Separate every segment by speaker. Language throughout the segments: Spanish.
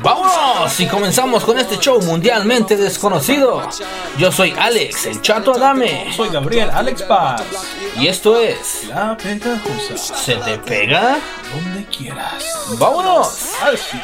Speaker 1: Vamos y comenzamos con este show mundialmente desconocido. Yo soy Alex, el chato Adame.
Speaker 2: Soy Gabriel Alex Paz.
Speaker 1: Y esto es...
Speaker 2: La pegajosa.
Speaker 1: ¿Se te pega?
Speaker 2: Donde quieras.
Speaker 1: ¡Vámonos!
Speaker 2: Así.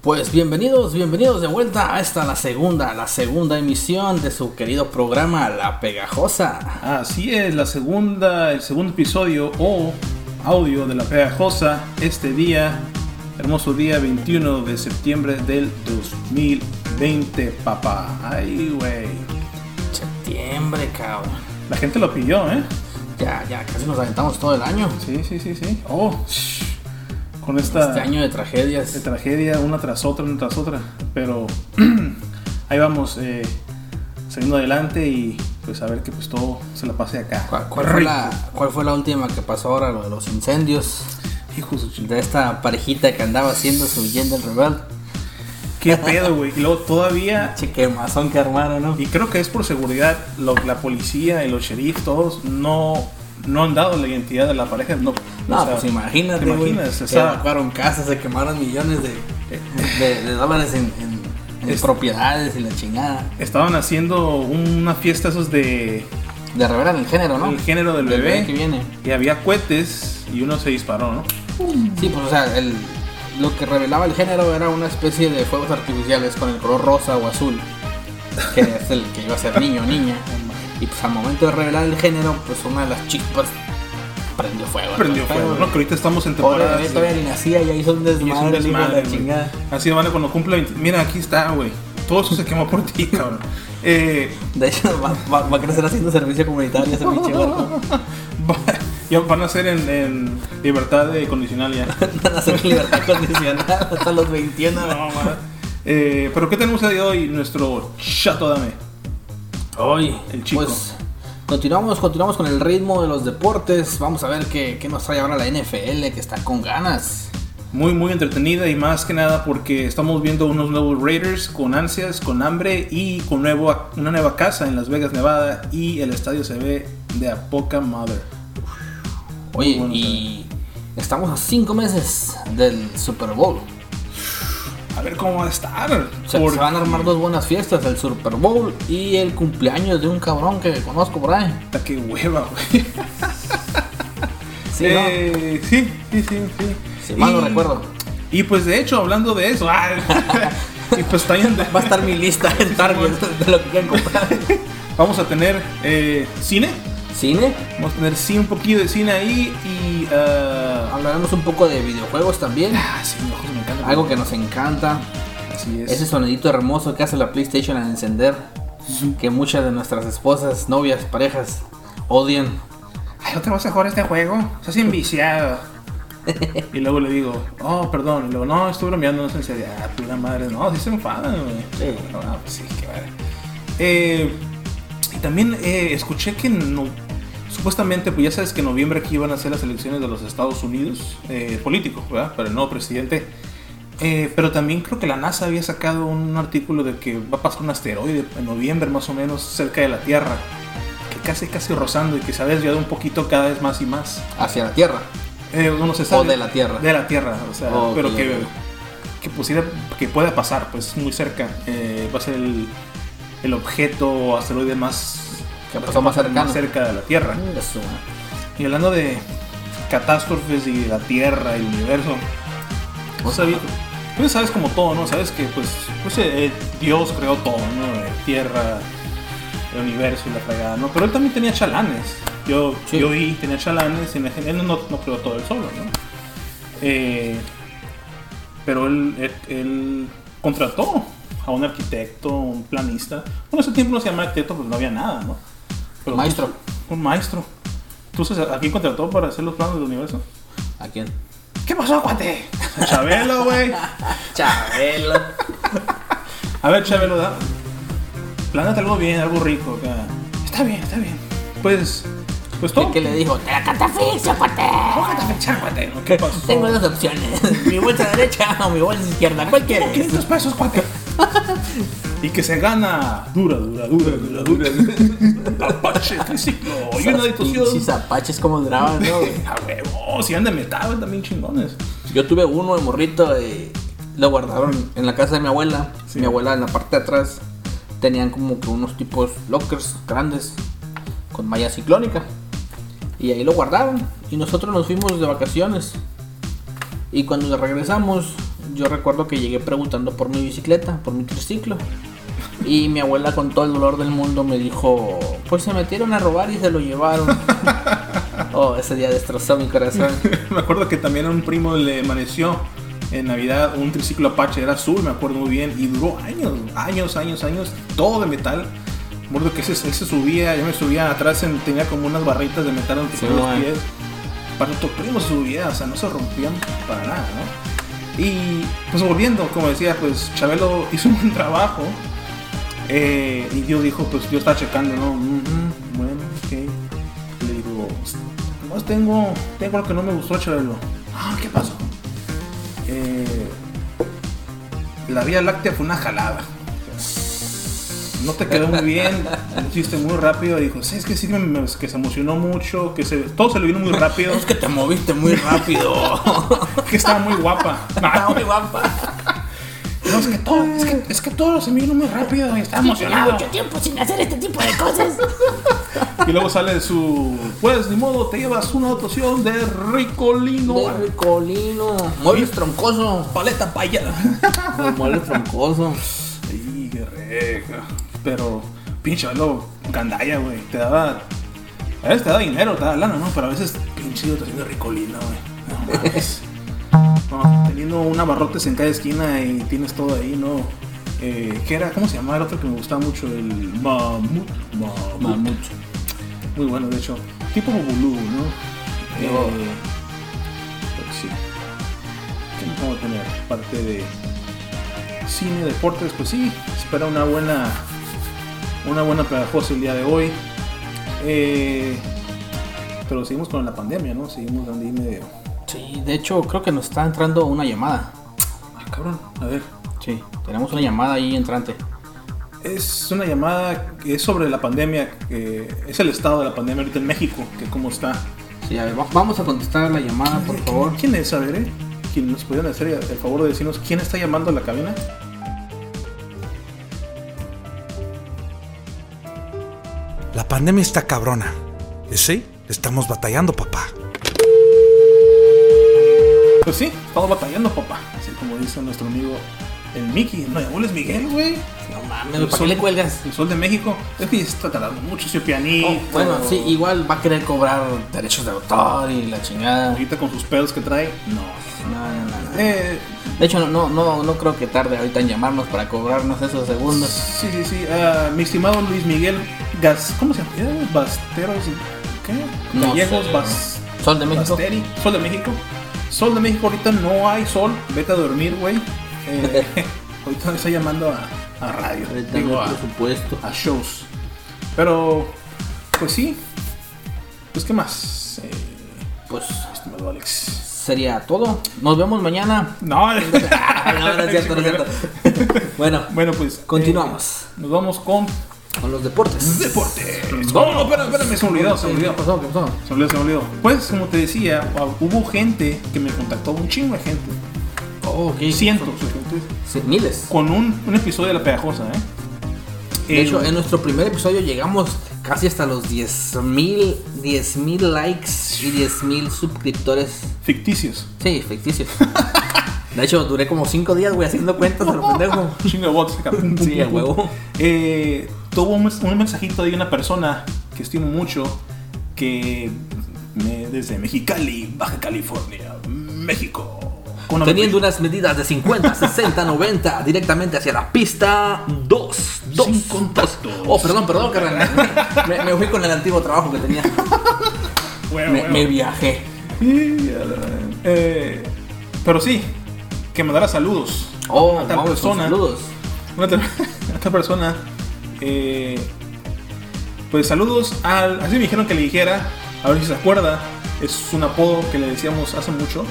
Speaker 1: Pues bienvenidos, bienvenidos de vuelta a esta, la segunda, la segunda emisión de su querido programa La Pegajosa.
Speaker 2: Así es, la segunda, el segundo episodio o audio de La Pegajosa este día, hermoso día 21 de septiembre del 2020, papá. Ay, güey.
Speaker 1: Septiembre, cabrón.
Speaker 2: La gente lo pidió, ¿eh?
Speaker 1: Ya, ya, casi nos aventamos todo el año.
Speaker 2: Sí, sí, sí, sí. Oh, shh. con esta
Speaker 1: Este año de
Speaker 2: de
Speaker 1: tragedias.
Speaker 2: tragedia, una tras otra, una tras otra. Pero ahí vamos, eh, saliendo adelante y pues a ver que pues todo se la pase acá.
Speaker 1: ¿Cuál, cuál fue la, cuál fue la última que pasó ahora? Lo de los incendios.
Speaker 2: Hijo de su chingada.
Speaker 1: De esta parejita que andaba haciendo su leyenda el rebelde.
Speaker 2: Qué pedo, güey. Y luego todavía,
Speaker 1: Che, qué mazón que armaron, ¿no?
Speaker 2: y creo que es por seguridad, lo- la policía y los sheriffs, todos no, no han dado la identidad de la pareja. No,
Speaker 1: No,
Speaker 2: O sea,
Speaker 1: pues imagínate,
Speaker 2: ¿te
Speaker 1: güey.
Speaker 2: imaginas? O
Speaker 1: Se
Speaker 2: sea,
Speaker 1: evacuaron casas, se quemaron millones de, de- de dólares en, en- en
Speaker 2: Es-
Speaker 1: propiedades y la chingada.
Speaker 2: estaban haciendo una fiesta esos de
Speaker 1: De revelar el género, ¿no?
Speaker 2: el género del
Speaker 1: Del
Speaker 2: bebé.
Speaker 1: que viene.
Speaker 2: Y había cohetes y uno se disparó, ¿no?
Speaker 1: Sí, pues o sea, el- lo que revelaba el género era una especie de fuegos artificiales con el color rosa o azul, que es el que iba a ser niño o niña. Y pues al momento de revelar el género, pues una de las chispas prendió fuego. ¿no?
Speaker 2: Prendió
Speaker 1: Pero,
Speaker 2: fuego, ¿no? Que ahorita estamos en
Speaker 1: Pobre
Speaker 2: temporada.
Speaker 1: bebé, todavía ni nacía y ahí hizo un
Speaker 2: Y es
Speaker 1: desmadre,
Speaker 2: un
Speaker 1: el hijo de
Speaker 2: desmadre,
Speaker 1: la
Speaker 2: güey.
Speaker 1: chingada.
Speaker 2: Así van a cuando cumple 20. Mira, aquí está, güey. Todo eso se quemó por ti, cabrón. Eh,
Speaker 1: De hecho, va, va- va a crecer haciendo servicio comunitario ese pinche gordo.
Speaker 2: va- ya van a ser en, en libertad eh, condicional ya.
Speaker 1: Van a hacer libertad condicional hasta los 21.
Speaker 2: No, ma. Eh, Pero ¿qué tenemos el día de hoy? Nuestro chato dame.
Speaker 1: Hoy,
Speaker 2: el chico.
Speaker 1: Pues, continuamos, continuamos con el ritmo de los deportes. Vamos a ver qué, qué nos trae ahora la NFL, que está con ganas.
Speaker 2: Muy, muy entretenida y más que nada porque estamos viendo unos nuevos Raiders con ansias, con hambre y con nuevo, una nueva casa en Las Vegas, Nevada. Y el estadio se ve de a poca madre.
Speaker 1: Oye,
Speaker 2: bueno,
Speaker 1: y estamos a cinco meses del Super Bowl.
Speaker 2: A ver cómo va a estar.
Speaker 1: Se,
Speaker 2: Por-
Speaker 1: se van a armar dos buenas fiestas, el Super Bowl y el cumpleaños de un cabrón que conozco por ahí.
Speaker 2: Puta, Qué hueva, güey.
Speaker 1: Sí, ¿no?
Speaker 2: Eh, sí, sí, sí, sí.
Speaker 1: Si mal no recuerdo.
Speaker 2: Y pues de hecho, hablando de eso, ay, y pues también de-
Speaker 1: Va a estar mi lista en Target de lo que quieran comprar.
Speaker 2: vamos a tener eh, cine.
Speaker 1: ¿Cine?
Speaker 2: Vamos a tener sí un poquillo de cine ahí y ah,
Speaker 1: Hablaremos un poco de videojuegos también.
Speaker 2: ah, sí, no, pues, me encanta.
Speaker 1: Algo que nos encanta.
Speaker 2: Así es.
Speaker 1: Ese sonidito hermoso que hace la PlayStation al encender. Que muchas de nuestras esposas, novias, parejas odian.
Speaker 2: Ay, ¿no te vas a jugar este juego? Estás enviciado. y luego le digo, oh, perdón. Y luego, no, estuve bromeando, no sé en serio. Ah, pura madre, no, sí se enfadan, güey.
Speaker 1: Sí.
Speaker 2: Ah, pues sí, qué madre. Eh, y también eh, escuché que no, supuestamente, pues ya sabes que en noviembre aquí iban a ser las elecciones de los Estados Unidos, eh, político, ¿verdad? Para el nuevo presidente. Eh, pero también creo que la NASA había sacado un artículo de que va a pasar un asteroide en noviembre más o menos cerca de la Tierra, que casi casi rozando y que se ha desviado un poquito cada vez más y más.
Speaker 1: Hacia la tierra.
Speaker 2: Eh, uno se sabe-
Speaker 1: O de la Tierra.
Speaker 2: De la Tierra, o sea,
Speaker 1: Oh,
Speaker 2: pero
Speaker 1: ok,
Speaker 2: que,
Speaker 1: ok.
Speaker 2: que, pusiera- que pueda pasar, pues muy cerca. Eh, va a ser el, el objeto o asteroide más,
Speaker 1: Que pasó más cercano.
Speaker 2: cerca de la Tierra.
Speaker 1: Chinga su madre.
Speaker 2: Y hablando de catástrofes y de la Tierra y el universo,
Speaker 1: Ajá.
Speaker 2: ¿no sabías? Pues sabes como todo, ¿no? Sabes que pues, pues, eh, Dios creó todo, ¿no? Eh, Tierra, el universo y la fregada, ¿no? Pero él también tenía chalanes. Yo,
Speaker 1: Sí.
Speaker 2: yo vi, tenía chalanes, y me- él no, no creó todo él solo, ¿no? Eh, pero él, él, él contrató a un arquitecto, un planista. Bueno, ese tiempo no se llamaba arquitecto, pues no había nada, ¿no? Pero-
Speaker 1: Maestro.
Speaker 2: un maestro. Entonces, ¿a quién contrató para hacer los planos del universo?
Speaker 1: ¿A quién?
Speaker 2: ¿Qué pasó, cuate? Chabelo, güey.
Speaker 1: Chabelo.
Speaker 2: A ver, Chabelo, da. Plánate algo bien, algo rico acá. Está bien, está bien. Pues, pues todo.
Speaker 1: ¿Qué, qué le dijo? ¡Te la catafixio, cuate!
Speaker 2: Ojalá te fechan, cuate. ¿no? ¿Qué pasó?
Speaker 1: Tengo dos opciones. Mi bolsa derecha o mi bolsa izquierda. ¿Cuál
Speaker 2: Tengo
Speaker 1: quieres?
Speaker 2: 500 pesos, cuate. Y que se gana dura, dura, dura, dura, dura. Apache, triciclo. Y una
Speaker 1: Sí,
Speaker 2: distorsión.
Speaker 1: apaches como duraban, ¿no? güey?
Speaker 2: A huevo, si anda de metal, güey, también chingones.
Speaker 1: Pues Yo tuve uno de morrito y lo guardaron en la casa de mi abuela.
Speaker 2: Sí.
Speaker 1: Mi abuela en la parte de atrás tenían como que unos tipos lockers grandes con malla ciclónica. Y ahí lo guardaron. Y nosotros nos fuimos de vacaciones. Y cuando regresamos, yo recuerdo que llegué preguntando por mi bicicleta, por mi triciclo. Y mi abuela con todo el dolor del mundo me dijo, pues se metieron a robar y se lo llevaron. oh, ese día destrozó mi corazón.
Speaker 2: me acuerdo que también a un primo le amaneció en Navidad un triciclo Apache, era azul, me acuerdo muy bien, y duró años, años, años, años, todo de metal. Me acuerdo que ese, él se subía, yo me subía atrás, en- tenía como unas barritas de metal donde
Speaker 1: Sí,
Speaker 2: tenía los
Speaker 1: man.
Speaker 2: pies. Para tu primo se subía, o sea, no se rompían para nada, ¿no? Y pues volviendo, como decía, pues Chabelo hizo un buen trabajo. Eh, y yo dijo, pues yo estaba checando, ¿no? Ujú, bueno, ok. Le digo, no tengo, tengo lo que no me gustó, Chabelo. Ah, ¿qué pasó? Eh, la Vía Láctea fue una jalada. No te quedó muy bien, lo hiciste muy rápido. Dijo, sí, es que sí, me- me- es que se emocionó mucho, que se, todo se le vino muy rápido,
Speaker 1: Es que te moviste muy rápido.
Speaker 2: que estaba muy guapa.
Speaker 1: Estaba muy guapa.
Speaker 2: No, es que todo, es que, es que todo se me vino muy rápido y estaba
Speaker 3: Llevaba
Speaker 2: emocionado.
Speaker 3: mucho tiempo sin hacer este tipo de cosas.
Speaker 2: Y luego sale su, pues ni modo, te llevas una dotación de ricolino.
Speaker 1: Muy colino. Muebles troncoso.
Speaker 2: Paleta para allá.
Speaker 1: Muebles troncoso.
Speaker 2: Ay, qué rico. Pero, pinche, lo gandalla, güey. Te daba. A veces te daba dinero, te daba lana, ¿no? Pero a veces, pinche, te haciendo ricolina, güey. No mames. No, teniendo un abarrotes en cada esquina y tienes todo ahí, ¿no? Eh, ¿Qué era? ¿Cómo se llamaba el otro que me gustaba mucho? El mamut. Mamut.
Speaker 1: Mamut.
Speaker 2: Muy bueno, de hecho. Tipo Bubulú, ¿no?
Speaker 1: Yo-
Speaker 2: Eh, pues sí. ¿Qué más vamos a tener? Parte de cine, deportes, pues sí. Espera una buena, una buena pegajosa el día de hoy. Eh, pero seguimos con la pandemia, ¿no? Seguimos dando ahí medio.
Speaker 1: Sí, de hecho creo que nos está entrando una llamada.
Speaker 2: Ah, cabrón, a ver.
Speaker 1: Sí, tenemos una llamada ahí entrante.
Speaker 2: Es una llamada que es sobre la pandemia, que es el estado de la pandemia ahorita en México, que cómo está.
Speaker 1: Sí, a ver, va- vamos a contestar la llamada, Ah, por favor.
Speaker 2: ¿Quién es? A ver, eh. ¿Quién nos pudieran hacer el favor de decirnos quién está llamando a la cabina?
Speaker 4: La pandemia está cabrona. Y sí, estamos batallando, papá.
Speaker 2: Pues sí, estamos batallando, papá. Así como dice nuestro amigo el Mickey. No, mi abuelo es Miguel, güey.
Speaker 1: No mames, ¿para qué le cuelgas?
Speaker 2: El sol de México. Es que ya se está tardando mucho, soy pianito.
Speaker 1: Oh, bueno, sí, igual va a querer cobrar derechos de autor y la chingada.
Speaker 2: Ahorita con sus pedos que trae. No.
Speaker 1: No, no, no, no.
Speaker 2: Eh,
Speaker 1: De hecho, no, no, no, no creo que tarde ahorita en llamarnos para cobrarnos esos segundos.
Speaker 2: sí, sí, sí. Ah, mi estimado Luis Miguel Gas. ¿Cómo se llama? Eh, Basteros. ¿Qué?
Speaker 1: No
Speaker 2: Gallegos
Speaker 1: sé.
Speaker 2: Bas-
Speaker 1: Sol de México.
Speaker 2: Basteri. Sol de México. Sol de México, ahorita no hay sol. Vete a dormir, güey. Eh, ahorita me está llamando a, a radio.
Speaker 1: Ahorita
Speaker 2: Digo, ah.
Speaker 1: no hay
Speaker 2: a-
Speaker 1: presupuesto.
Speaker 2: a shows. Pero, pues sí. Pues, ¿qué más? Eh,
Speaker 1: Pues
Speaker 2: estimado Alex.
Speaker 1: sería todo. Nos vemos mañana.
Speaker 2: No,
Speaker 1: Ah, no, no es cierto, no es cierto. bueno,
Speaker 2: Bueno, pues.
Speaker 1: Continuamos.
Speaker 2: eh, nos vamos con
Speaker 1: con los deportes.
Speaker 2: deporte. No, no, espera, espera, me se me olvidó, se me olvidó.
Speaker 1: ¿Qué pasó? ¿Qué pasó?
Speaker 2: Se me olvidó, se me olvidó. Pues, como te decía, hubo gente que me contactó, un chingo de gente.
Speaker 1: Oh, ok.
Speaker 2: Cientos de gente.
Speaker 1: Sí, miles.
Speaker 2: Con un, un episodio de La Pegajosa, ¿eh?
Speaker 1: De hecho,
Speaker 2: Eh,
Speaker 1: en nuestro primer episodio llegamos casi hasta los 10.000 10.000 likes y 10.000 suscriptores.
Speaker 2: Ficticios.
Speaker 1: Sí, ficticios. De hecho, duré como 5 días, güey, haciendo cuentas a lo pendejo.
Speaker 2: Chingo de bots, acá. Pum, pum,
Speaker 1: Sí, a
Speaker 2: pum.
Speaker 1: huevo.
Speaker 2: Eh, tuvo un, mens- un mensajito de una persona que estimo mucho, que me- desde Mexicali, Baja California, México. con una-
Speaker 1: Teniendo unas medidas de 50, 60, 90, directamente hacia la pista 2.
Speaker 2: Sin contacto.
Speaker 1: Oh, perdón, perdón, carnal. Me, me fui con el antiguo trabajo que tenía.
Speaker 2: Bueno,
Speaker 1: Me,
Speaker 2: bueno.
Speaker 1: me viajé.
Speaker 2: Y, eh, Pero sí, que mandara saludos.
Speaker 1: Oh,
Speaker 2: Una tal
Speaker 1: vamos, con
Speaker 2: persona.
Speaker 1: saludos.
Speaker 2: Una otra, otra persona. eh, pues saludos al. Así me dijeron que le dijera. A ver si se acuerda. Es un apodo que le decíamos hace mucho.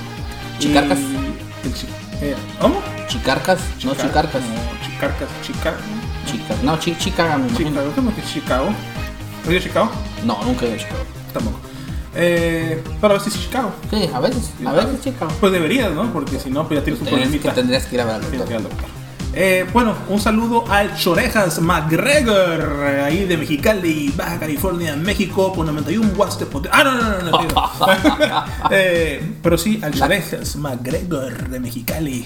Speaker 1: Chicarcas.
Speaker 2: Y el chi- eh, ¿Cómo?
Speaker 1: Chicarcas, no
Speaker 2: Chicar-
Speaker 1: chicarcas.
Speaker 2: No, chicarcas. Chica.
Speaker 1: Chicas, no, chi- chica, me imagino.
Speaker 2: Chicago. ¿Cómo que Chicago? ¿Has ido a Chicago?
Speaker 1: No, nunca he chica.
Speaker 2: Tampoco. Eh, para ver si es Chicago.
Speaker 1: Sí, a veces, a veces chica.
Speaker 2: Pues deberías, ¿no? Porque si no, pues ya tienes un
Speaker 1: Tendrías que,
Speaker 2: problemita.
Speaker 1: tendrías que ir a ver al
Speaker 2: Tienes que
Speaker 1: doctor.
Speaker 2: ir al doctor. Eh, bueno, un saludo al Chorejas McGregor, eh, ahí de Mexicali, Baja California, México, con 91 watts de potencia. Ah, no, no, no, no. tío. Eh, pero sí, al Chorejas McGregor de Mexicali.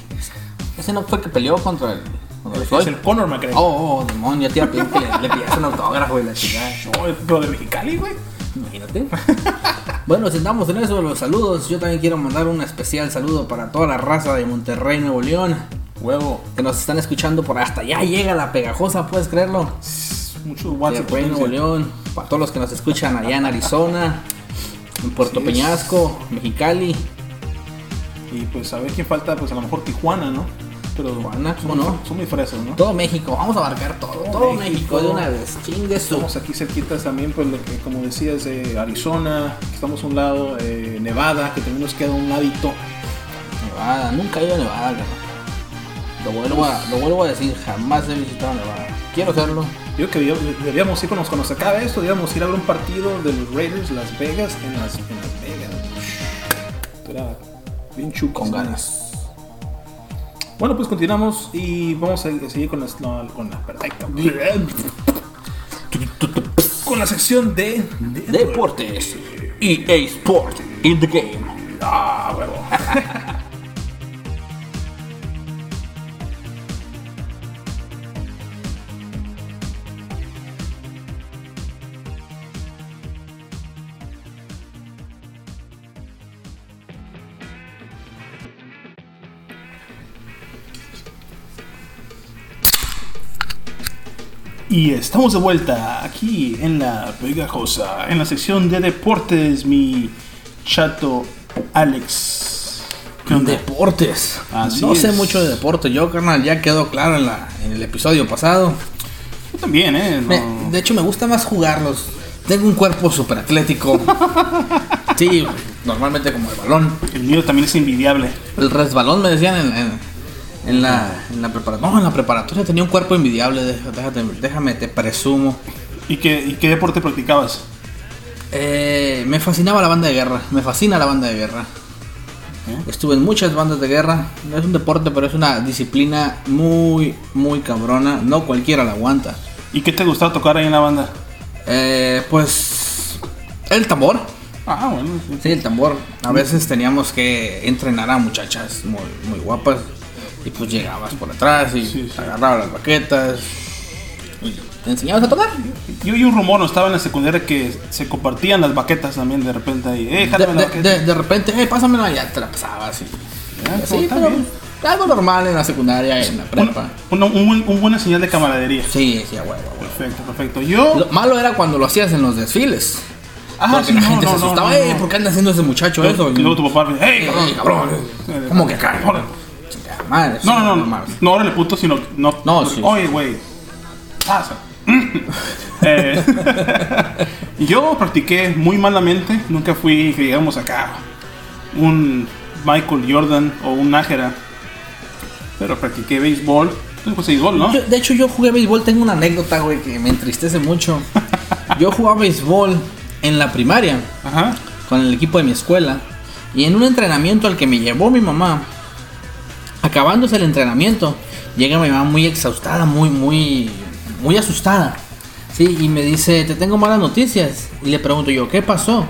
Speaker 1: Ese no fue que peleó contra el. Contra el
Speaker 2: Es
Speaker 1: Floyd.
Speaker 2: el Conor McGregor.
Speaker 1: Oh, oh, demonio, te iba a pedir que le, le pidas un autógrafo y la chingada.
Speaker 2: No, pero de Mexicali, güey.
Speaker 1: Imagínate. Bueno, si estamos en eso, los saludos. Yo también quiero mandar un especial saludo para toda la raza de Monterrey, Nuevo León.
Speaker 2: Huevo.
Speaker 1: Que nos están escuchando por hasta allá. Llega la pegajosa, puedes creerlo.
Speaker 2: Muchos watts de
Speaker 1: Monterrey, pues, Nuevo
Speaker 2: potencia.
Speaker 1: León. Para todos los que nos escuchan allá en Arizona, en Puerto
Speaker 2: Así es.
Speaker 1: Peñasco, Mexicali,
Speaker 2: Y pues a ver quién falta, pues a lo mejor Tijuana, ¿no? Pero
Speaker 1: Tijuana, ¿cómo
Speaker 2: son-
Speaker 1: no?
Speaker 2: Son muy fresas, ¿no?
Speaker 1: todo México. Vamos a abarcar todo.
Speaker 2: Todo
Speaker 1: Todo
Speaker 2: México.
Speaker 1: México de una vez. Chingue su.
Speaker 2: Estamos aquí cerquitas también, pues de- como decías, de Arizona, que estamos a un lado, eh, Nevada, que también nos queda un ladito.
Speaker 1: Nevada, nunca he ido a Nevada, carnal. Lo vuelvo a, lo vuelvo a decir, jamás he visitado Nevada. Quiero hacerlo.
Speaker 2: Yo creo que debíamos- deberíamos ir cuando, cuando se acabe esto, deberíamos ir a ver un partido de los Raiders Las Vegas en Las, en Las Vegas. Era bien chuco.
Speaker 1: Con ganas.
Speaker 2: Bueno, pues continuamos y vamos a seguir con las- no, con la perfecta. Con la sección de, de
Speaker 1: Deportes. EA Sport in the game.
Speaker 2: Ah, huevo. Y estamos de vuelta aquí en la pegajosa, en la sección de deportes, mi chato Alex. ¿Qué onda?
Speaker 1: Deportes.
Speaker 2: Así
Speaker 1: no sé
Speaker 2: es.
Speaker 1: mucho de deporte. Yo, carnal, ya quedó claro en, la, en el episodio pasado.
Speaker 2: Yo también, ¿eh? No.
Speaker 1: Me- de hecho, me gusta más jugarlos. Tengo un cuerpo super atlético. sí, normalmente como el balón.
Speaker 2: El mío también es envidiable.
Speaker 1: El resbalón me decían en, en- en la, en la preparatoria. No, en la preparatoria tenía un cuerpo envidiable. deja- Déjate, déjame, te presumo.
Speaker 2: ¿Y qué, y qué deporte practicabas?
Speaker 1: Eh, me fascinaba la banda de guerra. Me fascina la banda de guerra.
Speaker 2: ¿Eh?
Speaker 1: Estuve en muchas bandas de guerra. No es un deporte, pero es una disciplina muy, muy cabrona. No cualquiera la aguanta.
Speaker 2: ¿Y qué te gustaba tocar ahí en la banda?
Speaker 1: Eh, pues. El tambor.
Speaker 2: Ah, bueno. sí.
Speaker 1: Sí, el tambor. A veces teníamos que entrenar a muchachas muy, muy guapas. Y pues llegabas por atrás y
Speaker 2: Sí, sí.
Speaker 1: agarrabas las baquetas. Y te enseñabas a tocar.
Speaker 2: Yo oí un rumor, no estaba en la secundaria, que se compartían las baquetas también de repente ahí. Eh,
Speaker 1: De,
Speaker 2: jálame la
Speaker 1: de-
Speaker 2: baqueta.
Speaker 1: de- de repente, eh, pásamela, ya te la pasabas. Y,
Speaker 2: Ah,
Speaker 1: Sí,
Speaker 2: está
Speaker 1: pero
Speaker 2: bien.
Speaker 1: algo normal en la secundaria, en la prepa.
Speaker 2: Una, un buen- un buena señal de camaradería.
Speaker 1: Sí, sí, a huevo, a huevo.
Speaker 2: Perfecto, perfecto. Yo...
Speaker 1: Lo malo era cuando lo hacías en los desfiles.
Speaker 2: Ah,
Speaker 1: porque
Speaker 2: sí,
Speaker 1: la
Speaker 2: no,
Speaker 1: gente
Speaker 2: no,
Speaker 1: se
Speaker 2: no,
Speaker 1: asustaba,
Speaker 2: no,
Speaker 1: "Eh,
Speaker 2: no.
Speaker 1: ¿por qué anda haciendo ese muchacho eso?
Speaker 2: Y luego tu papá me dice, hey,
Speaker 1: "Eh,
Speaker 2: cabrón.
Speaker 1: cabrón, ¿cómo que acá? Joder, chingada madre,
Speaker 2: No, no, no, no,
Speaker 1: normal.
Speaker 2: no órale puto, sino no.
Speaker 1: No, sí.
Speaker 2: Oye, güey. Pasa. Eh, yo practiqué muy malamente, nunca fui, digamos, acá un Michael Jordan o un Nájera. Pero practiqué béisbol. Tú pues, béisbol, ¿no?
Speaker 1: Yo- de hecho, yo jugué béisbol. Tengo una anécdota, güey, que me entristece mucho. Yo jugaba béisbol en la primaria
Speaker 2: Ajá.
Speaker 1: con el equipo de mi escuela. Y en un entrenamiento al que me llevó mi mamá, acabándose el entrenamiento, llega mi mamá muy exhaustada, muy, muy, muy asustada. Sí, y me dice, te tengo malas noticias. Y le pregunto yo, ¿qué pasó?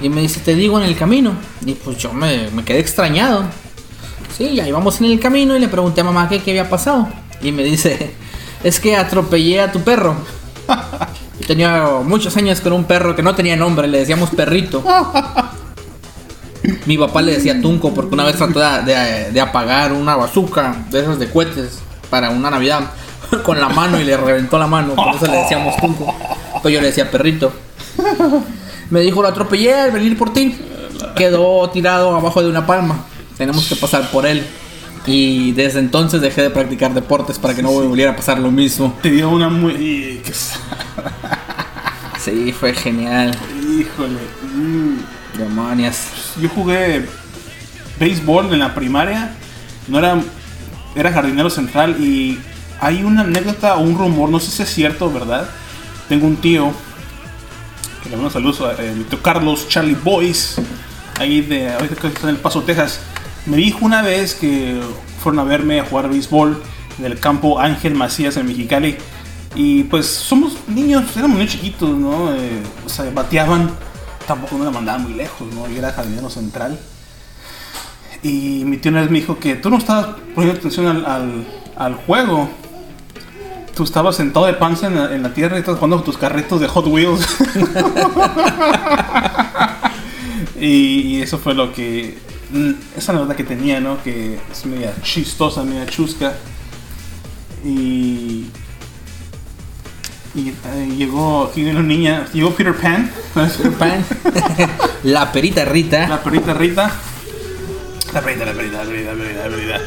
Speaker 1: Y me dice, te digo en el camino. Y pues yo me, me quedé extrañado. Sí, y ahí vamos en el camino y le pregunté a mamá qué, qué había pasado. Y me dice, es que atropellé a tu perro. Yo tenía muchos años con un perro que no tenía nombre, le decíamos perrito. Mi papá le decía Tunco porque una vez trató de, de- de apagar una bazuca de esas de cohetes para una Navidad con la mano y le reventó la mano, por eso le decíamos Tunco. Entonces yo le decía perrito. Me dijo, lo atropellé al venir por ti. Quedó tirado abajo de una palma. Tenemos que pasar por él. Y desde entonces dejé de practicar deportes para que no volviera a pasar lo mismo.
Speaker 2: Te dio una muy.
Speaker 1: Sí, fue genial.
Speaker 2: Híjole. mm.
Speaker 1: Demonias.
Speaker 2: pues, Yo jugué béisbol en la primaria. No era, era jardinero central y hay una anécdota o un rumor, no sé si es cierto, ¿verdad? Tengo un tío, que le mando saludos a eh, mi tío Carlos Charlie Boys, ahí de, ahorita creo que está en El Paso, Texas. Me dijo una vez que fueron a verme a jugar béisbol en el campo Ángel Macías en Mexicali. Y pues somos niños, éramos niños chiquitos, ¿no? Eh, o sea, bateaban, tampoco me la mandaban muy lejos, ¿no? Yo era jardinero central. Y mi tío una vez me dijo que tú no estabas poniendo atención al, al- al juego. Tú estabas sentado de panza en la, en la tierra y estabas jugando con tus carritos de Hot Wheels. y, y eso fue lo que. mm, Esa nota que tenía, ¿no? Que es media chistosa, media chusca. Y. Y eh, llegó aquí una niña, llegó Peter Pan.
Speaker 1: Pan. La perita Rita.
Speaker 2: La perrita Rita. La perrita, la perrita, la perrita, la perrita, la perrita.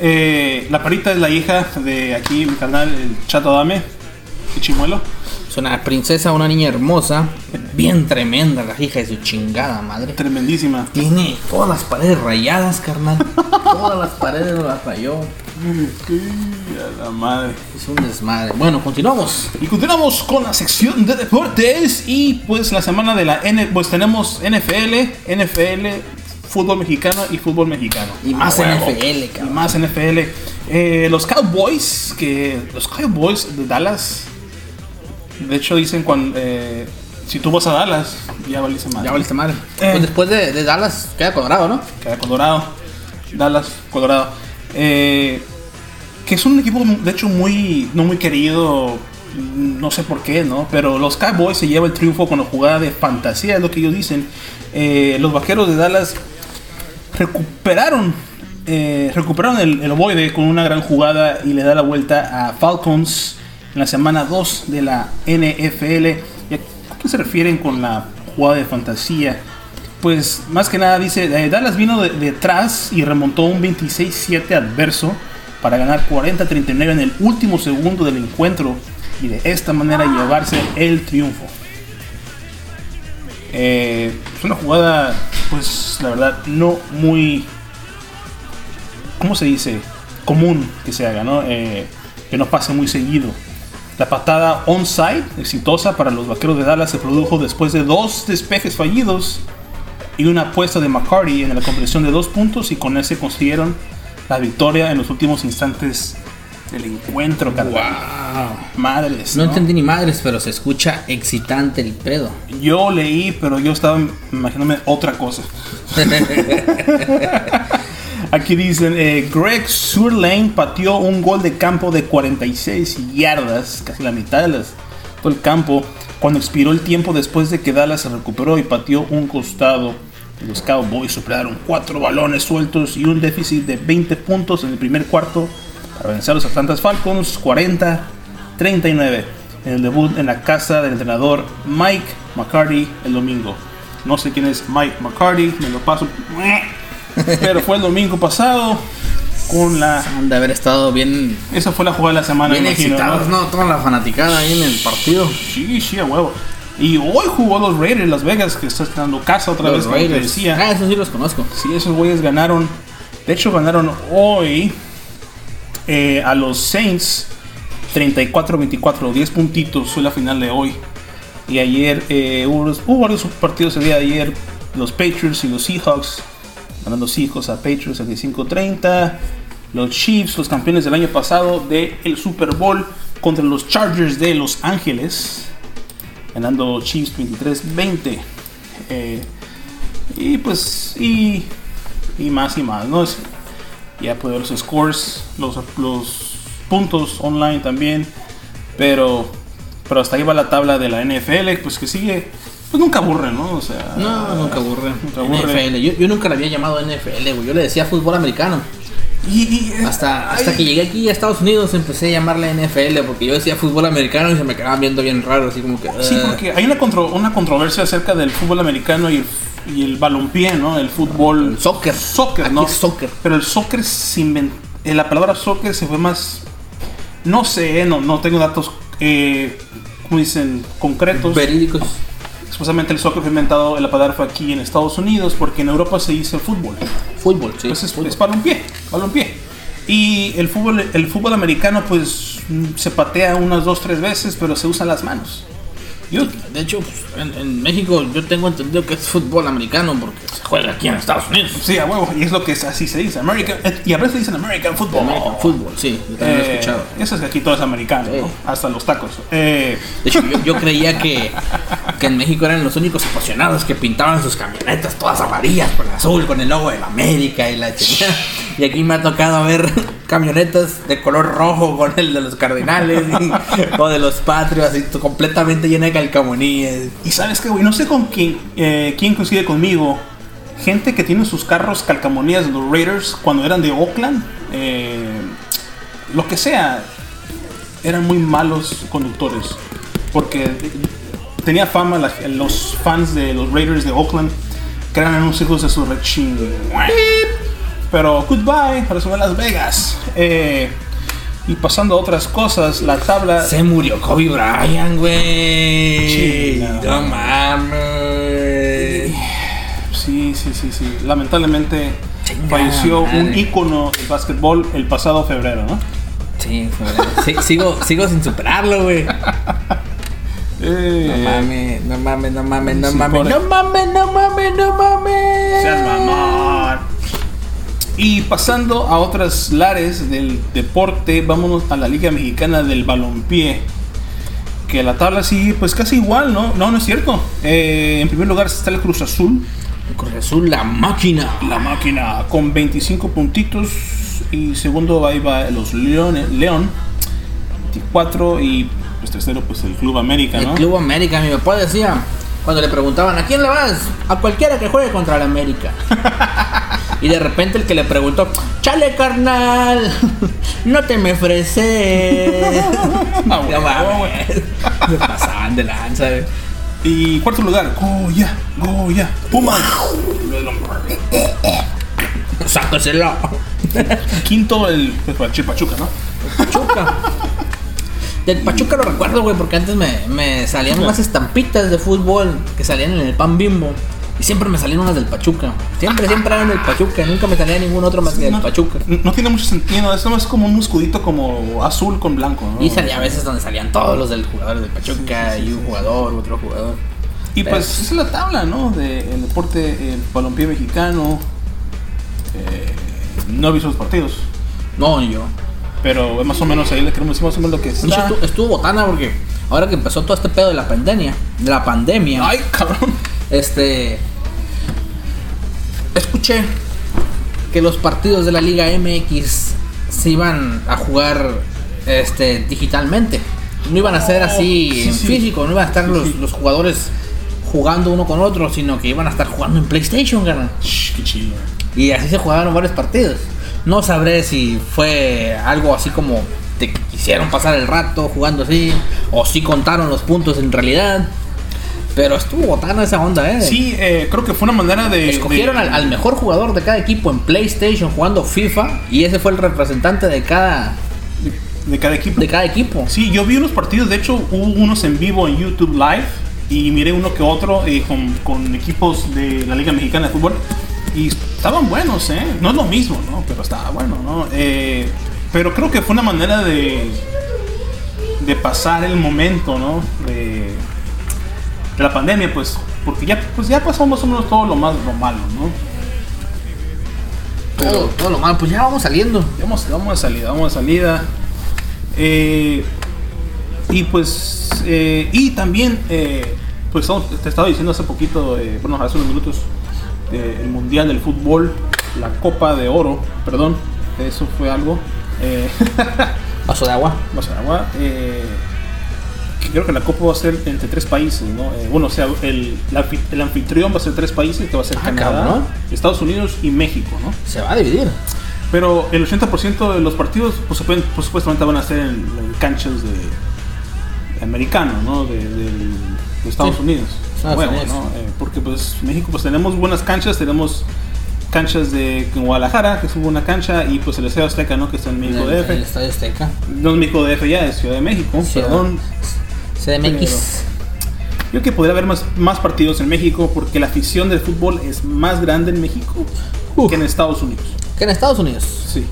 Speaker 2: Eh, la perrita es la hija de aquí, mi canal, el Chato Adame, el chimuelo.
Speaker 1: Es una princesa, una niña hermosa. Bien tremenda, la hija de su chingada madre.
Speaker 2: Tremendísima.
Speaker 1: Tiene todas las paredes rayadas, carnal. Todas las paredes las rayó.
Speaker 2: A la madre.
Speaker 1: Es un desmadre. Bueno, continuamos.
Speaker 2: Y continuamos con la sección de deportes. Y pues la semana de la N, pues tenemos NFL, NFL, fútbol mexicano y fútbol mexicano.
Speaker 1: Y
Speaker 2: A
Speaker 1: más
Speaker 2: huevo.
Speaker 1: NFL,
Speaker 2: Y
Speaker 1: cabrón.
Speaker 2: más NFL. Eh, los Cowboys, que los Cowboys de Dallas, de hecho dicen cuando eh, si tú vas a Dallas, ya valiste más.
Speaker 1: Ya valiste madre.
Speaker 2: Eh.
Speaker 1: Pues después de, de Dallas queda Colorado, ¿no?
Speaker 2: Queda Colorado, Dallas, Colorado. Eh, que es un equipo, de hecho, muy no muy querido, no sé por qué, ¿no? Pero los Cowboys se lleva el triunfo con la jugada de fantasía, es lo que ellos dicen. Eh, los Vaqueros de Dallas recuperaron eh, recuperaron el, el ovoide con una gran jugada y le da la vuelta a Falcons en la semana 2 de la NFL. ¿Y ¿A qué se refieren con la jugada de fantasía? Pues más que nada dice, eh, Dallas vino de- detrás y remontó un 26-7 adverso para ganar 40-39 en el último segundo del encuentro y de esta manera llevarse el triunfo. Eh, es una jugada, pues la verdad, no muy. ¿Cómo se dice? Común que se haga, ¿no? Eh, que no pase muy seguido. La patada onside, exitosa para los vaqueros de Dallas, se produjo después de dos despejes fallidos y una apuesta de McCarty en la comprensión de dos puntos, y con ese consiguieron la victoria en los últimos instantes del encuentro, carnal. Madres.
Speaker 1: No
Speaker 2: ¿no?
Speaker 1: entendí ni madres, pero se escucha excitante el pedo.
Speaker 2: Yo leí, pero yo estaba imaginándome otra cosa. Aquí dicen, eh, Greg Surlane pateó un gol de campo de 46 yardas, casi la mitad de las, todo el campo, cuando expiró el tiempo después de que Dallas se recuperó y pateó un costado. Los Cowboys superaron cuatro balones sueltos y un déficit de 20 puntos en el primer cuarto para vencer a los Atlantas Falcons 40-39 en el debut en la casa del entrenador Mike McCarty el domingo. No sé quién es Mike McCarty, me lo paso. Pero fue el domingo pasado con la...
Speaker 1: Han de haber estado bien,
Speaker 2: Esa fue la jugada de la semana,
Speaker 1: bien
Speaker 2: me imagino, ¿no?
Speaker 1: excitados, ¿no? Toda la fanaticada ahí en el partido.
Speaker 2: Sí, sí, a huevo. Y hoy jugó los Raiders Las Vegas, que está dando casa otra
Speaker 1: Los
Speaker 2: vez, como te
Speaker 1: Raiders.
Speaker 2: decía.
Speaker 1: Ah, eso sí los conozco.
Speaker 2: Sí, esos güeyes ganaron. De hecho, ganaron hoy eh, a los Saints 34-24, 10 puntitos. Fue la final de hoy. Y ayer eh, hubo, hubo varios partidos el día de ayer. Los Patriots y los Seahawks. Ganando Seahawks a Patriots 35-30. Los Chiefs, los campeones del año pasado del Super Bowl contra los Chargers de Los Ángeles. Ganando Chiefs 23-20. Eh, y pues, y, y más y más, ¿no? Es- ya puede ver los scores, los, los puntos online también. Pero, pero hasta ahí va la tabla de la NFL, pues que sigue. Pues nunca aburre, ¿no? O sea,
Speaker 1: No, Ah, nunca aburre.
Speaker 2: Nunca aburre.
Speaker 1: NFL. Yo, yo nunca la había llamado NFL, güey. Yo le decía fútbol americano.
Speaker 2: Y, y- eh,
Speaker 1: Hasta, hasta
Speaker 2: ay,
Speaker 1: que llegué aquí a Estados Unidos empecé a llamarle NFL porque yo decía fútbol americano y se me quedaban viendo bien raro, así como que.
Speaker 2: Sí,
Speaker 1: "Ah".
Speaker 2: porque hay una, contro- una controversia acerca del fútbol americano y el, y el balompié, ¿no? El fútbol.
Speaker 1: El soccer.
Speaker 2: Soccer,
Speaker 1: Aquí
Speaker 2: ¿no?
Speaker 1: es soccer.
Speaker 2: Pero el soccer se inventó. La palabra soccer se fue más. No sé, no, no tengo datos, eh, como dicen,
Speaker 1: pues,
Speaker 2: concretos.
Speaker 1: Verídicos.
Speaker 2: Supuestamente el soccer fue inventado, la palabra fue aquí en Estados Unidos, porque en Europa se dice fútbol.
Speaker 1: Fútbol, sí.
Speaker 2: Entonces
Speaker 1: fútbol.
Speaker 2: es balompié, balompié. Y el fútbol, el fútbol americano, pues mm, se patea unas dos, tres veces, pero se usan las manos. Yo,
Speaker 1: De hecho, pues, en, en México yo tengo entendido que es fútbol americano porque se juega aquí en Estados Unidos.
Speaker 2: sí, a huevo, y es lo que es, así se dice, American, eh, y a veces dicen American football.
Speaker 1: American Fútbol, sí, yo también lo he
Speaker 2: Eh,
Speaker 1: escuchado.
Speaker 2: eso es que aquí todo es americano,
Speaker 1: Sí.
Speaker 2: ¿no? Hasta los tacos. Eh,
Speaker 1: De hecho, yo, yo creía que, que en México eran los únicos apasionados que pintaban sus camionetas todas amarillas con azul, con el logo de la América y la chingada. Y aquí me ha tocado ver camionetas de color rojo con el de los Cardenales y- o de los Patrios, así t- completamente llena de calcamonías.
Speaker 2: y sabes que, güey, no sé con quién, eh, quién coincide conmigo. Gente que tiene sus carros calcamonías de los Raiders cuando eran de Oakland, eh, lo que sea, eran muy malos conductores. Porque tenía fama la- los fans de los Raiders de Oakland que eran anuncios de su rechín. Pero goodbye, para subir a Las Vegas. Eh, y pasando a otras cosas, la tabla.
Speaker 1: Se murió Kobe Bryant, güey.
Speaker 2: Chingada.
Speaker 1: No mames.
Speaker 2: Sí, sí, sí, sí. Lamentablemente
Speaker 1: Chingada
Speaker 2: falleció un
Speaker 1: madre.
Speaker 2: ícono del básquetbol el pasado febrero, ¿no?
Speaker 1: Sí, sobre- sí, sigo, sigo sin superarlo, güey. No
Speaker 2: Eh,
Speaker 1: mames, no mames, no mames, no
Speaker 2: Sí,
Speaker 1: mames.
Speaker 2: pobre.
Speaker 1: No mames, no mames, no mames.
Speaker 2: seas mamón. Y pasando a otras lares del deporte, vámonos a la Liga Mexicana del Balompié. Que la tabla sigue pues casi igual, ¿no? No, no es cierto. Eh, en primer lugar está el Cruz Azul,
Speaker 1: Cruz Azul, la máquina.
Speaker 2: la máquina, con 25 puntitos. Y segundo ahí va los Leones, León, 24. Y pues tercero pues el Club América,
Speaker 1: El
Speaker 2: ¿no?
Speaker 1: Club América, mi papá decía, cuando le preguntaban, ¿a quién le vas? A cualquiera que juegue contra el América. y de repente el que le preguntó, chale carnal, no te me freses.
Speaker 2: Ah,
Speaker 1: No
Speaker 2: bueno,
Speaker 1: mames. Se pasaban de lanza, güey.
Speaker 2: Y cuarto lugar, Goya, Goya, Puma.
Speaker 1: Sácaselo.
Speaker 2: Quinto, el Pachuca, Pachuca, ¿no?
Speaker 1: Pachuca. Del Pachuca lo recuerdo, güey, porque antes me, me salían unas estampitas de fútbol que salían en el pan bimbo. Y siempre me salían unas del Pachuca. Siempre, siempre eran del Pachuca. Nunca me salía ningún otro más que del
Speaker 2: no,
Speaker 1: Pachuca.
Speaker 2: No tiene mucho sentido, es nomás como un escudito como azul con blanco, ¿no?
Speaker 1: Y salía a veces donde salían todos los del jugador del Pachuca y un jugador, otro jugador.
Speaker 2: Y pues esa es la tabla, ¿no? Del deporte, el balompié mexicano. Eh, no he visto los partidos,
Speaker 1: No, yo.
Speaker 2: pero es más o menos ahí le queremos decir más o menos lo que
Speaker 1: Pinche
Speaker 2: está.
Speaker 1: estu- estuvo botana porque ahora que empezó todo este pedo de la pandemia, de la pandemia,
Speaker 2: Ay, cabrón.
Speaker 1: este escuché que los partidos de la Liga MX se iban a jugar este digitalmente. No iban a ser
Speaker 2: Oh,
Speaker 1: así
Speaker 2: sí,
Speaker 1: en
Speaker 2: sí.
Speaker 1: físico, no iban a estar
Speaker 2: Sí,
Speaker 1: los,
Speaker 2: sí.
Speaker 1: los jugadores jugando uno con otro, sino que iban a estar jugando en PlayStation, carnal.
Speaker 2: Shh, Qué chido.
Speaker 1: Y así se jugaron varios partidos. No sabré si fue algo así como te quisieron pasar el rato jugando así, o si contaron los puntos en realidad. Pero estuvo botana esa onda, ¿eh?
Speaker 2: Sí, eh, creo que fue una manera de.
Speaker 1: Escogieron
Speaker 2: de-
Speaker 1: al, al mejor jugador de cada equipo en PlayStation jugando FIFA y ese fue el representante de cada,
Speaker 2: de cada equipo.
Speaker 1: de cada equipo.
Speaker 2: Sí, yo vi unos partidos, de hecho hubo unos en vivo en YouTube Live y miré uno que otro eh, con, con equipos de la Liga Mexicana de Fútbol y estaban buenos, ¿eh? No es lo mismo, ¿no? Pero estaba bueno, ¿no? Eh, pero creo que fue una manera de, de pasar el momento, ¿no? De, de la pandemia, pues, porque ya, pues ya pasó más o menos todo lo, más, lo malo, ¿no?
Speaker 1: Todo, todo lo malo, pues ya vamos saliendo.
Speaker 2: Vamos, vamos a salida, vamos a salida. Eh, y pues, eh, y también, eh, pues estamos- te estaba diciendo hace poquito, eh, bueno, hace unos minutos, eh, el Mundial del Fútbol, la Copa de Oro, perdón, eso fue algo. Eh,
Speaker 1: Paso de agua.
Speaker 2: no sé, agua, eh, que creo que la Copa va a ser entre tres países, ¿no? Eh, bueno, o sea, el, la anfi- el anfitrión va a ser tres países, que va a ser
Speaker 1: Ah,
Speaker 2: Canadá,
Speaker 1: cabrón.
Speaker 2: Estados Unidos y México, ¿no?
Speaker 1: Se va a dividir.
Speaker 2: Pero el 80% de los partidos, pues, supen- pues, supuestamente van a ser en, en canchas de, de americanos, ¿no? De, del- de Estados
Speaker 1: Sí. Ah,
Speaker 2: Unidos.
Speaker 1: Estados
Speaker 2: Bueno,
Speaker 1: Unidos.
Speaker 2: ¿no? Eh, porque pues México pues tenemos buenas canchas, tenemos canchas de Guadalajara, que es una buena cancha, y pues el Estadio Azteca, ¿no? Que está en
Speaker 1: En
Speaker 2: México
Speaker 1: el, en el
Speaker 2: DF.
Speaker 1: Estadio Azteca.
Speaker 2: No es México DF ya, es Ciudad de México,
Speaker 1: Ciudad-
Speaker 2: perdón.
Speaker 1: CDMX.
Speaker 2: Yo creo que podría haber más, más partidos en México porque la afición del fútbol es más grande en México
Speaker 1: Uf.
Speaker 2: que en Estados Unidos.
Speaker 1: Que en Estados Unidos.
Speaker 2: Sí.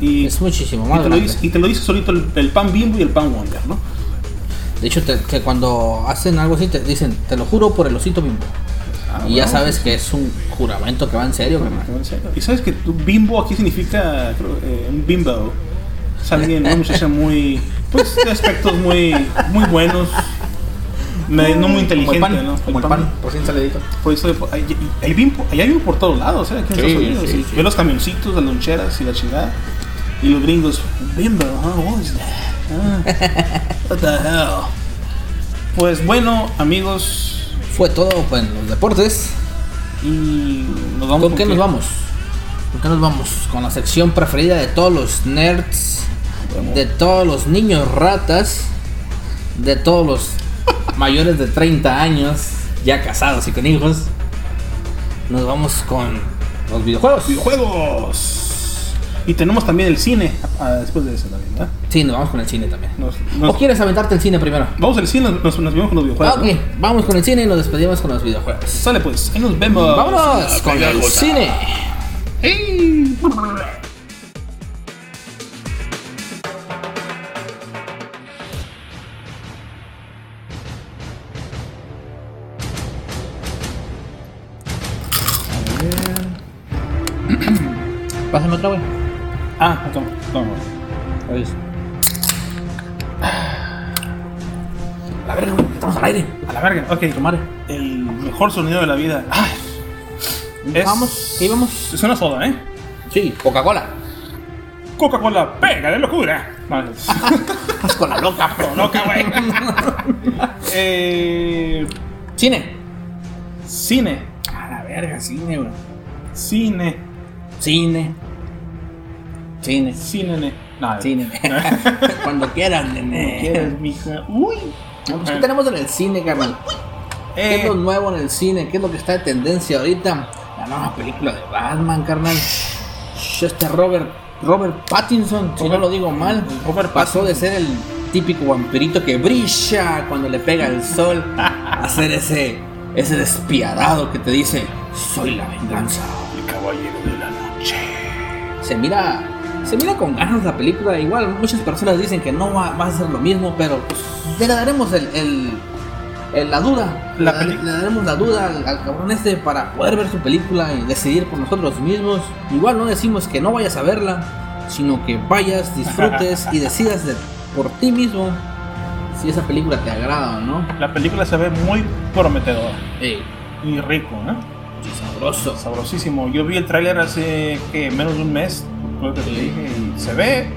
Speaker 2: Y,
Speaker 1: Es muchísimo
Speaker 2: y
Speaker 1: más
Speaker 2: te, lo
Speaker 1: grande.
Speaker 2: dice, y te lo dice solito el, el pan bimbo y el pan wonder, ¿no?
Speaker 1: De hecho, te- que cuando hacen algo así, te dicen, te lo juro por el osito bimbo.
Speaker 2: Ah,
Speaker 1: y ya
Speaker 2: bueno,
Speaker 1: sabes que es un juramento que va en serio, carnal.
Speaker 2: en serio. Y sabes que tu bimbo aquí significa creo, eh, un bimbo. Es alguien, una muchacha muy. Pues de aspectos muy, muy buenos. Me- no muy
Speaker 1: Como
Speaker 2: inteligente,
Speaker 1: el pan,
Speaker 2: ¿no?
Speaker 1: como el pan, recién salidito.
Speaker 2: Por eso hay, hay bimbo, hay bimbo por todos lados, ¿eh? Aquí en
Speaker 1: Sí,
Speaker 2: Estados Unidos.
Speaker 1: sí,
Speaker 2: y
Speaker 1: sí.
Speaker 2: Ve los camioncitos, las loncheras y la chingada. Y los gringos, bimbo, ah, what is that? Ah, what the hell? Pues bueno, amigos,
Speaker 1: Fue todo pues, en los deportes.
Speaker 2: y nos vamos
Speaker 1: ¿Con qué nos vamos? ¿Con qué nos vamos? Con la sección preferida de todos los nerds, de todos los niños ratas, de todos los mayores de 30 años, ya casados y con hijos. Nos vamos con los videojuegos.
Speaker 2: Videojuegos. Y tenemos también el cine ah, después de eso también, ¿verdad?
Speaker 1: Sí, nos vamos con el cine también.
Speaker 2: Nos- nos-
Speaker 1: ¿O quieres aventarte el cine primero?
Speaker 2: Vamos al cine, nos, nos vemos con los videojuegos.
Speaker 1: Ah,
Speaker 2: ¿no?
Speaker 1: ok, vamos con el cine y nos despedimos con los videojuegos.
Speaker 2: Sale pues, ahí nos vemos.
Speaker 1: Vámonos con el cine. Pásame otra, güey.
Speaker 2: Ah, toma, toma.
Speaker 1: A ver, güey, estamos al aire.
Speaker 2: A la verga, ok.
Speaker 1: Tomare.
Speaker 2: El mejor sonido de la vida. Ah, es-
Speaker 1: Vamos, ¿qué íbamos?
Speaker 2: Es una soda, ¿eh?
Speaker 1: Sí, Coca-Cola.
Speaker 2: Coca-Cola, pega de locura. Vale.
Speaker 1: Estás con la loca,
Speaker 2: Pero loca, güey. eh,
Speaker 1: Cine.
Speaker 2: cine.
Speaker 1: A la verga, cine, güey.
Speaker 2: Cine.
Speaker 1: Cine. Cine.
Speaker 2: Cine, ne. Nada.
Speaker 1: Cine. Cuando quieran,
Speaker 2: Eh.
Speaker 1: nene.
Speaker 2: ¿Quieres, mija? Uy.
Speaker 1: No, pues, ¿Qué tenemos en el cine, carnal? ¿Qué es
Speaker 2: Ah. Eh,
Speaker 1: lo nuevo en el cine? ¿Qué es lo que está de tendencia ahorita? La nueva película de Batman, carnal. Shh, Este Robert, Robert Pattinson, si no
Speaker 2: Robert-
Speaker 1: lo digo mal,
Speaker 2: Robert
Speaker 1: pasó de ser el típico vampirito que brilla cuando le pega el sol a ser ese, ese despiadado que te dice, soy la venganza.
Speaker 2: El caballero de la noche.
Speaker 1: se mira se mira con ganas la película igual muchas personas dicen que no va, va a ser lo mismo pero pues, le daremos el, el- el- la duda
Speaker 2: La
Speaker 1: le,
Speaker 2: peli-
Speaker 1: le daremos la duda al, al cabrón este para poder ver su película y decidir por nosotros mismos igual no decimos que no vayas a verla sino que vayas disfrutes y decidas de- por ti mismo si esa película te agrada o no
Speaker 2: La película se ve muy prometedora
Speaker 1: Ey,
Speaker 2: y rico, ¿eh?
Speaker 1: qué sabroso
Speaker 2: Sabrosísimo. Yo vi el tráiler hace ¿qué? menos de un mes, creo que te dije, y se ve.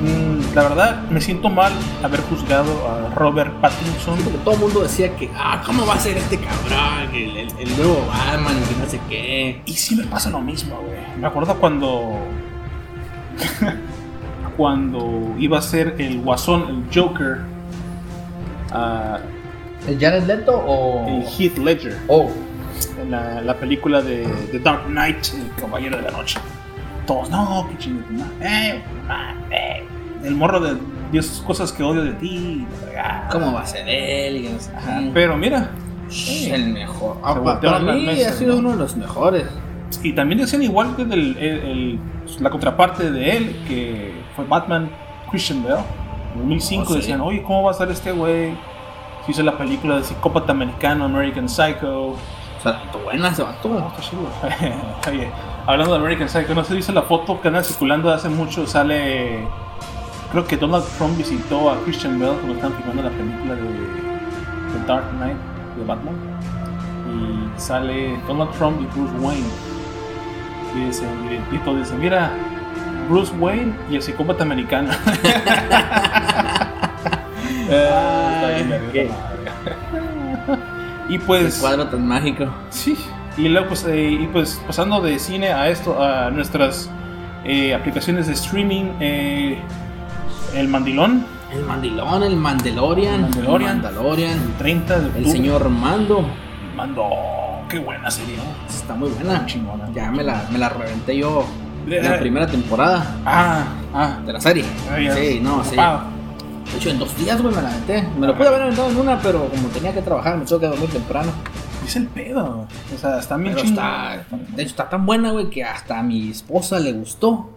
Speaker 2: Mm, la verdad, me siento mal haber juzgado a Robert Pattinson.
Speaker 1: Porque todo el mundo decía que, ah, ¿cómo va a ser este cabrón? El, el- el nuevo Batman y que no sé qué.
Speaker 2: Y sí me pasa lo mismo, güey. Me acuerdo cuando. cuando iba a ser el Guasón, el Joker, a
Speaker 1: ¿El Jared Leto o.?
Speaker 2: el Heath Ledger,
Speaker 1: Oh,
Speaker 2: en la, la película de The Dark Knight, El Caballero de la Noche. Todos, no, qué chingo, no, eh, ma, eh. El morro de Dios, cosas que odio de ti. la fregada.
Speaker 1: ¿cómo va a ser él? Y que no sé qué.
Speaker 2: Ajá, Pero mira,
Speaker 1: Shh, el mejor. Ah, pa-
Speaker 2: voltearon
Speaker 1: para
Speaker 2: las
Speaker 1: mí
Speaker 2: mesas,
Speaker 1: ha sido
Speaker 2: ¿no?
Speaker 1: uno de los mejores.
Speaker 2: y también decían igual que del, el- el- la contraparte de él, que fue Batman Christian Bell. En 2005
Speaker 1: Oh, sí.
Speaker 2: decían, oye, ¿cómo va a estar este güey? Se hizo la película de psicópata americano, American Psycho.
Speaker 1: O sea, tu buena se va todo.
Speaker 2: Oye, hablando de American Psycho, no se dice la foto que anda circulando hace mucho. Sale. Creo que Donald Trump visitó a Christian Bell cuando estaban filmando la película de The Dark Knight de Batman. Y sale Donald Trump y Bruce Wayne. Y, dice, y, y todo dice: Mira, Bruce Wayne y el psicópata americano. Eh, está bien, y
Speaker 1: El
Speaker 2: pues.
Speaker 1: cuadro tan mágico.
Speaker 2: Sí, y luego pues, eh, y pues pasando de cine a esto, a nuestras eh, aplicaciones de streaming, eh, el Mandilón,
Speaker 1: El mandilón, el Mandalorian.
Speaker 2: El Mandalorian.
Speaker 1: El Mandalorian.
Speaker 2: el 30 de octubre.
Speaker 1: El señor Mando.
Speaker 2: Mando. Qué buena serie, ¿no?
Speaker 1: Está muy buena.
Speaker 2: Chingona.
Speaker 1: Ah, Ya me la, me la reventé yo
Speaker 2: Eh,
Speaker 1: en la primera temporada
Speaker 2: Ah, ah.
Speaker 1: de la serie.
Speaker 2: ah, ya.
Speaker 1: Sí, no, sí.
Speaker 2: Ah,
Speaker 1: De hecho, en dos días, güey, me la aventé. Me lo pude haber aventado en una, pero como tenía que trabajar, me tuve que dormir temprano.
Speaker 2: Es el pedo. O sea, está bien
Speaker 1: Pero
Speaker 2: chingona.
Speaker 1: está, de hecho, está tan buena, güey, que hasta a mi esposa le gustó.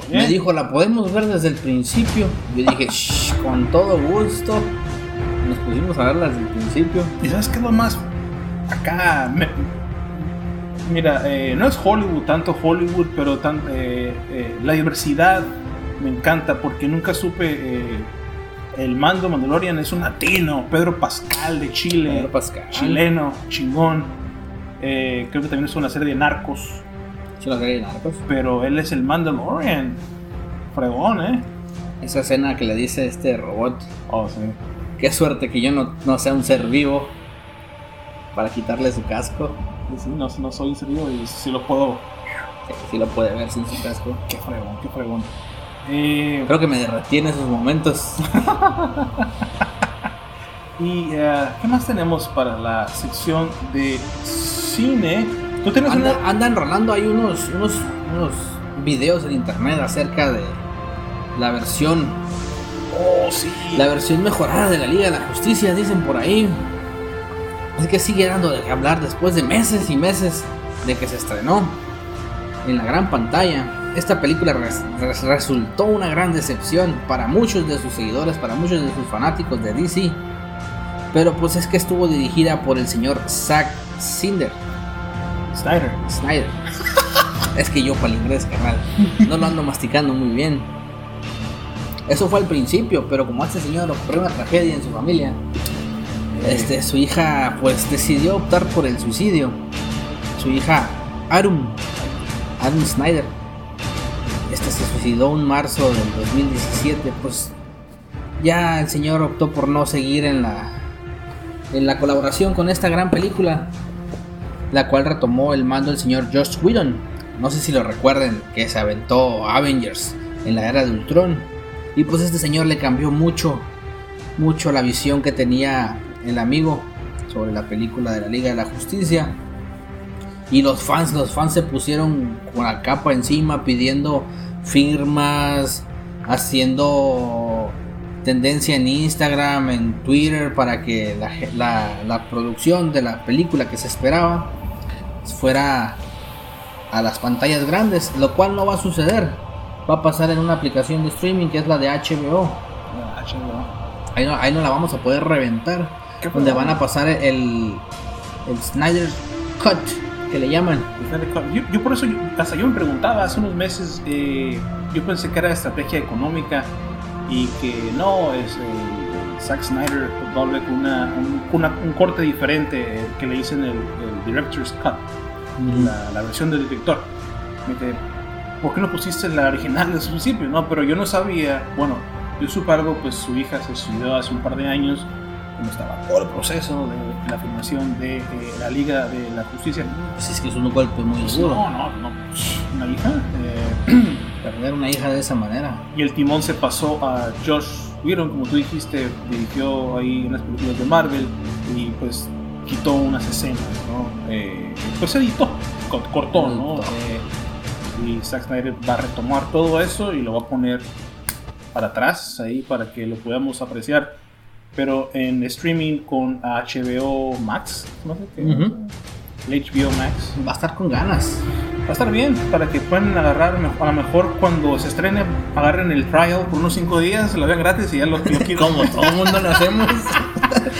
Speaker 2: Oye,
Speaker 1: Me dijo, la podemos ver desde el principio. Yo dije, "Shh, con todo gusto. Nos pusimos a verla desde el principio.
Speaker 2: ¿Y sabes qué es lo más? Acá. me- Mira, eh, no es Hollywood, tanto Hollywood, pero tan, eh, eh, la diversidad me encanta porque nunca supe. eh, el mando Mandalorian es un latino, Pedro Pascal de Chile.
Speaker 1: Pedro Pascal.
Speaker 2: Chileno, chingón. Eh, creo que también es una serie de narcos.
Speaker 1: Hizo la serie de Narcos.
Speaker 2: Pero él es el Mandalorian. Fregón, ¿eh?
Speaker 1: Esa escena que le dice este robot.
Speaker 2: Oh, sí.
Speaker 1: Qué suerte que yo no, no sea un ser vivo para quitarle su casco.
Speaker 2: Sí, No, no soy serio y si lo puedo.
Speaker 1: Sí, sí lo puede ver sin su casco.
Speaker 2: Qué fregón, qué fregón. Eh,
Speaker 1: Creo que me derretí en esos momentos.
Speaker 2: y eh, qué más tenemos para la sección de cine. Tú tienes
Speaker 1: Anda-
Speaker 2: una.
Speaker 1: andan rolando ahí unos, unos, unos videos en internet acerca de la versión,
Speaker 2: Oh, sí.
Speaker 1: la versión mejorada de la Liga de la Justicia, dicen por ahí. Es que sigue dando de qué hablar después de meses y meses de que se estrenó en la gran pantalla. Esta película res- res- resultó una gran decepción para muchos de sus seguidores, para muchos de sus fanáticos de DC. Pero pues es que estuvo dirigida por el señor Zack Cinder.
Speaker 2: Snyder.
Speaker 1: Snyder. es que yo para el inglés, carnal, no lo ando masticando muy bien. Eso fue al principio, pero como a este señor ocurrió una tragedia en su familia, este, su hija pues decidió optar por el suicidio. Su hija Arum, Arum Snyder, este se suicidó en marzo del 2017, pues ya el señor optó por no seguir en la, en la colaboración con esta gran película, la cual retomó el mando el señor Josh Whedon. No sé si lo recuerden, que se aventó Avengers en la era de Ultron. Y pues este señor le cambió mucho, mucho la visión que tenía el amigo sobre la película de la Liga de la Justicia. Y los fans, los fans se pusieron con la capa encima pidiendo firmas, haciendo tendencia en Instagram, en Twitter, para que la, ge- la- la producción de la película que se esperaba fuera a las pantallas grandes, lo cual no va a suceder. Va a pasar en una aplicación de streaming que es la de HBO.
Speaker 2: Ah, chingón.
Speaker 1: Ahí no, ahí no la vamos a poder reventar.
Speaker 2: Qué
Speaker 1: Donde
Speaker 2: fregón.
Speaker 1: van a pasar el, el Snyder Cut, que le llaman.
Speaker 2: Yo, yo por eso, yo- hasta yo me preguntaba hace unos meses, eh, yo pensé que era estrategia económica y que no, es eh, Zack Snyder vuelve con una, un, una- un corte diferente eh, que le dicen el, el Director's Cut, la, la versión del director. Me quedé, ¿Por qué no pusiste la original desde el principio? No, pero yo no sabía, bueno, yo supe algo, pues su hija se suicidó hace un par de años cuando estaba todo el proceso de la filmación de eh, la Liga de la Justicia.
Speaker 1: Pues es que es un golpe muy duro.
Speaker 2: No, no, no. pues, Una hija. eh,
Speaker 1: Perder una hija de esa manera.
Speaker 2: y el timón se pasó a Josh Whedon, como tú dijiste, dirigió ahí unas películas de Marvel y pues quitó unas escenas, ¿no? Eh, pues editó, co- cortó, ¿no?
Speaker 1: Editó.
Speaker 2: Eh, y Zack Snyder va a retomar todo eso y lo va a poner para atrás ahí para que lo podamos apreciar. Pero en streaming con HBO Max, no sé qué.
Speaker 1: Ujú.
Speaker 2: el HBO Max.
Speaker 1: Va a estar con ganas.
Speaker 2: Va a estar bien para que puedan agarrar, me- a lo mejor cuando se estrene, agarren el trial por unos 5 días, lo vean gratis y ya lo lo quitan.
Speaker 1: Como todo el mundo lo hacemos.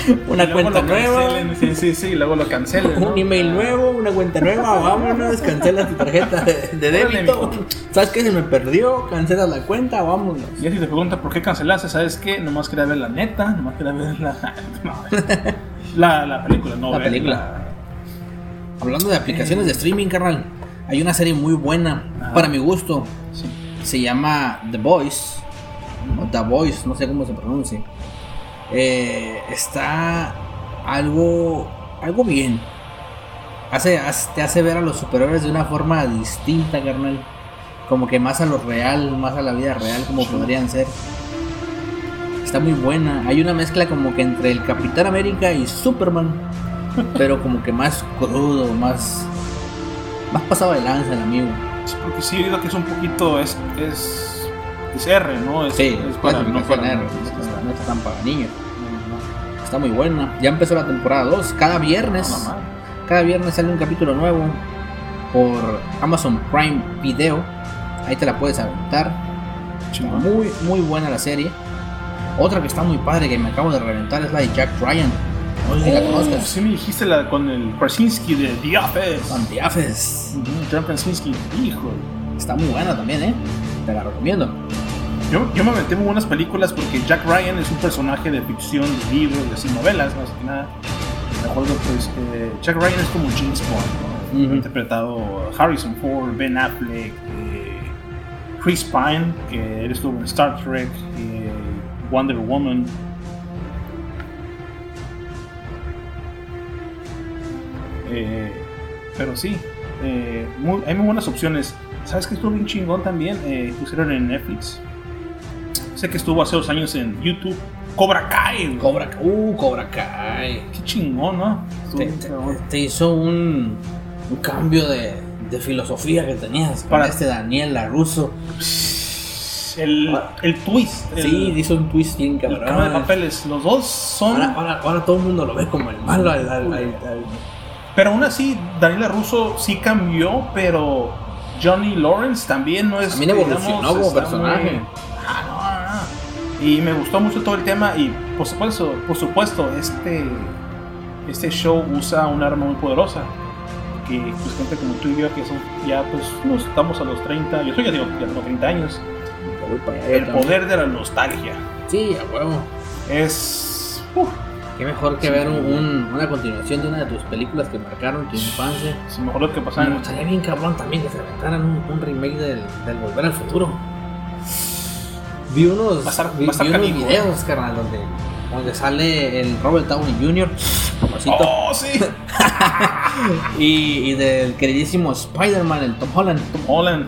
Speaker 2: Y
Speaker 1: una
Speaker 2: luego
Speaker 1: cuenta
Speaker 2: lo
Speaker 1: nueva.
Speaker 2: cancelen, Sí, sí, sí, y luego lo cancelen. ¿no?
Speaker 1: Un email nuevo, una cuenta nueva, vámonos, cancela tu tarjeta de, de
Speaker 2: Órale,
Speaker 1: débito.
Speaker 2: mijo.
Speaker 1: ¿Sabes qué? Se me perdió, cancela la cuenta, vámonos.
Speaker 2: Y así te pregunta por qué cancelaste, ¿sabes qué? Nomás quería ver la neta, nomás quería ver la. no, la, la película, no
Speaker 1: La
Speaker 2: ver
Speaker 1: película. Hablando de aplicaciones de streaming, carnal, hay una serie muy buena,
Speaker 2: Ajá.
Speaker 1: para mi gusto,
Speaker 2: Sí.
Speaker 1: se llama The Voice, o The Voice, no sé cómo se pronuncia. Eh, está algo, algo bien. Hace, hace- te hace ver a los superhéroes de una forma distinta, carnal. Como que más a lo real, más a la vida real, como
Speaker 2: Sí.
Speaker 1: podrían ser. Está muy buena. Hay una mezcla como que entre el Capitán América y Superman. pero como que más crudo, más. Más pasado de lanza el amigo.
Speaker 2: Sí, porque sí, digo que es un poquito. Es. Es, es R, ¿no? Es,
Speaker 1: Sí,
Speaker 2: es
Speaker 1: para
Speaker 2: para
Speaker 1: no
Speaker 2: no para.
Speaker 1: No está tan para niños. Está muy buena. Ya empezó la temporada 2. Cada viernes. Cada viernes sale un capítulo nuevo por Amazon Prime Video. Ahí te la puedes aventar. Está Muy, muy buena la serie. Otra que está muy padre que me acabo de reventar es la de Jack Ryan. No sé si la
Speaker 2: Oh,
Speaker 1: conozcas.
Speaker 2: sí me dijiste la con el Krasinski de The Office.
Speaker 1: Con The Office.
Speaker 2: Ujú, John Krasinski, hijo.
Speaker 1: Está muy buena también, ¿eh? Te la recomiendo.
Speaker 2: Yo, yo me metí en buenas películas porque Jack Ryan es un personaje de ficción, de libros, de así, novelas, más que nada. Me acuerdo, pues, eh, Jack Ryan es como James Bond, ¿no?
Speaker 1: Ujú.
Speaker 2: Interpretado Harrison Ford, Ben Affleck, eh, Chris Pine, que él estuvo en Star Trek, eh, Wonder Woman. Eh, pero sí, eh, muy- hay muy buenas opciones. ¿Sabes que estuvo bien chingón también? Eh, pusieron en Netflix. Sé que estuvo hace dos años en YouTube. Cobra Kai. güey.
Speaker 1: Cobra Kai. Uh, Cobra Kai.
Speaker 2: Qué chingón, ¿no? Estuvo
Speaker 1: Te,
Speaker 2: bien
Speaker 1: te-
Speaker 2: cabrón.
Speaker 1: te hizo un, un cambio de, de filosofía que tenías para
Speaker 2: Para-
Speaker 1: este Daniel Laruso.
Speaker 2: El, el twist. El,
Speaker 1: Sí, hizo un twist bien
Speaker 2: el
Speaker 1: cabrón.
Speaker 2: cambio de papeles. Los dos son.
Speaker 1: Ahora, ahora- ahora todo el mundo lo ve como el malo. al- al- al- al-
Speaker 2: Pero aún así, Daniela Russo sí cambió, pero Johnny Lawrence también no es.
Speaker 1: También evolucionó
Speaker 2: digamos,
Speaker 1: como
Speaker 2: está
Speaker 1: personaje.
Speaker 2: muy- Ah, no, ah, ah. Y me gustó mucho todo el tema. Y por supuesto, por supuesto, este, este show usa un arma muy poderosa. Que pues gente como tú y yo, que son, ya pues nos estamos a los 30, yo soy ya, digo, ya tengo 30 años.
Speaker 1: Yo voy para allá, yo
Speaker 2: El
Speaker 1: también.
Speaker 2: poder de la nostalgia
Speaker 1: Sí, a huevo.
Speaker 2: es. uf,
Speaker 1: Qué mejor que
Speaker 2: Sí.
Speaker 1: ver un- un- una continuación de una de tus películas que marcaron tu infancia.
Speaker 2: es mejor lo que pasaba
Speaker 1: Me
Speaker 2: en
Speaker 1: gustaría bien cabrón también que se aventaran un, un remake del, del Volver al Futuro. Vi unos,
Speaker 2: Va a estar-
Speaker 1: vi,
Speaker 2: va a estar
Speaker 1: vi unos
Speaker 2: canijo, ¿eh?
Speaker 1: videos, carnal, donde, donde sale el Robert Downey Jr. papacito,
Speaker 2: ¡Oh, sí!
Speaker 1: y, y del queridísimo Spider-Man, el Tom Holland.
Speaker 2: Tom Holland.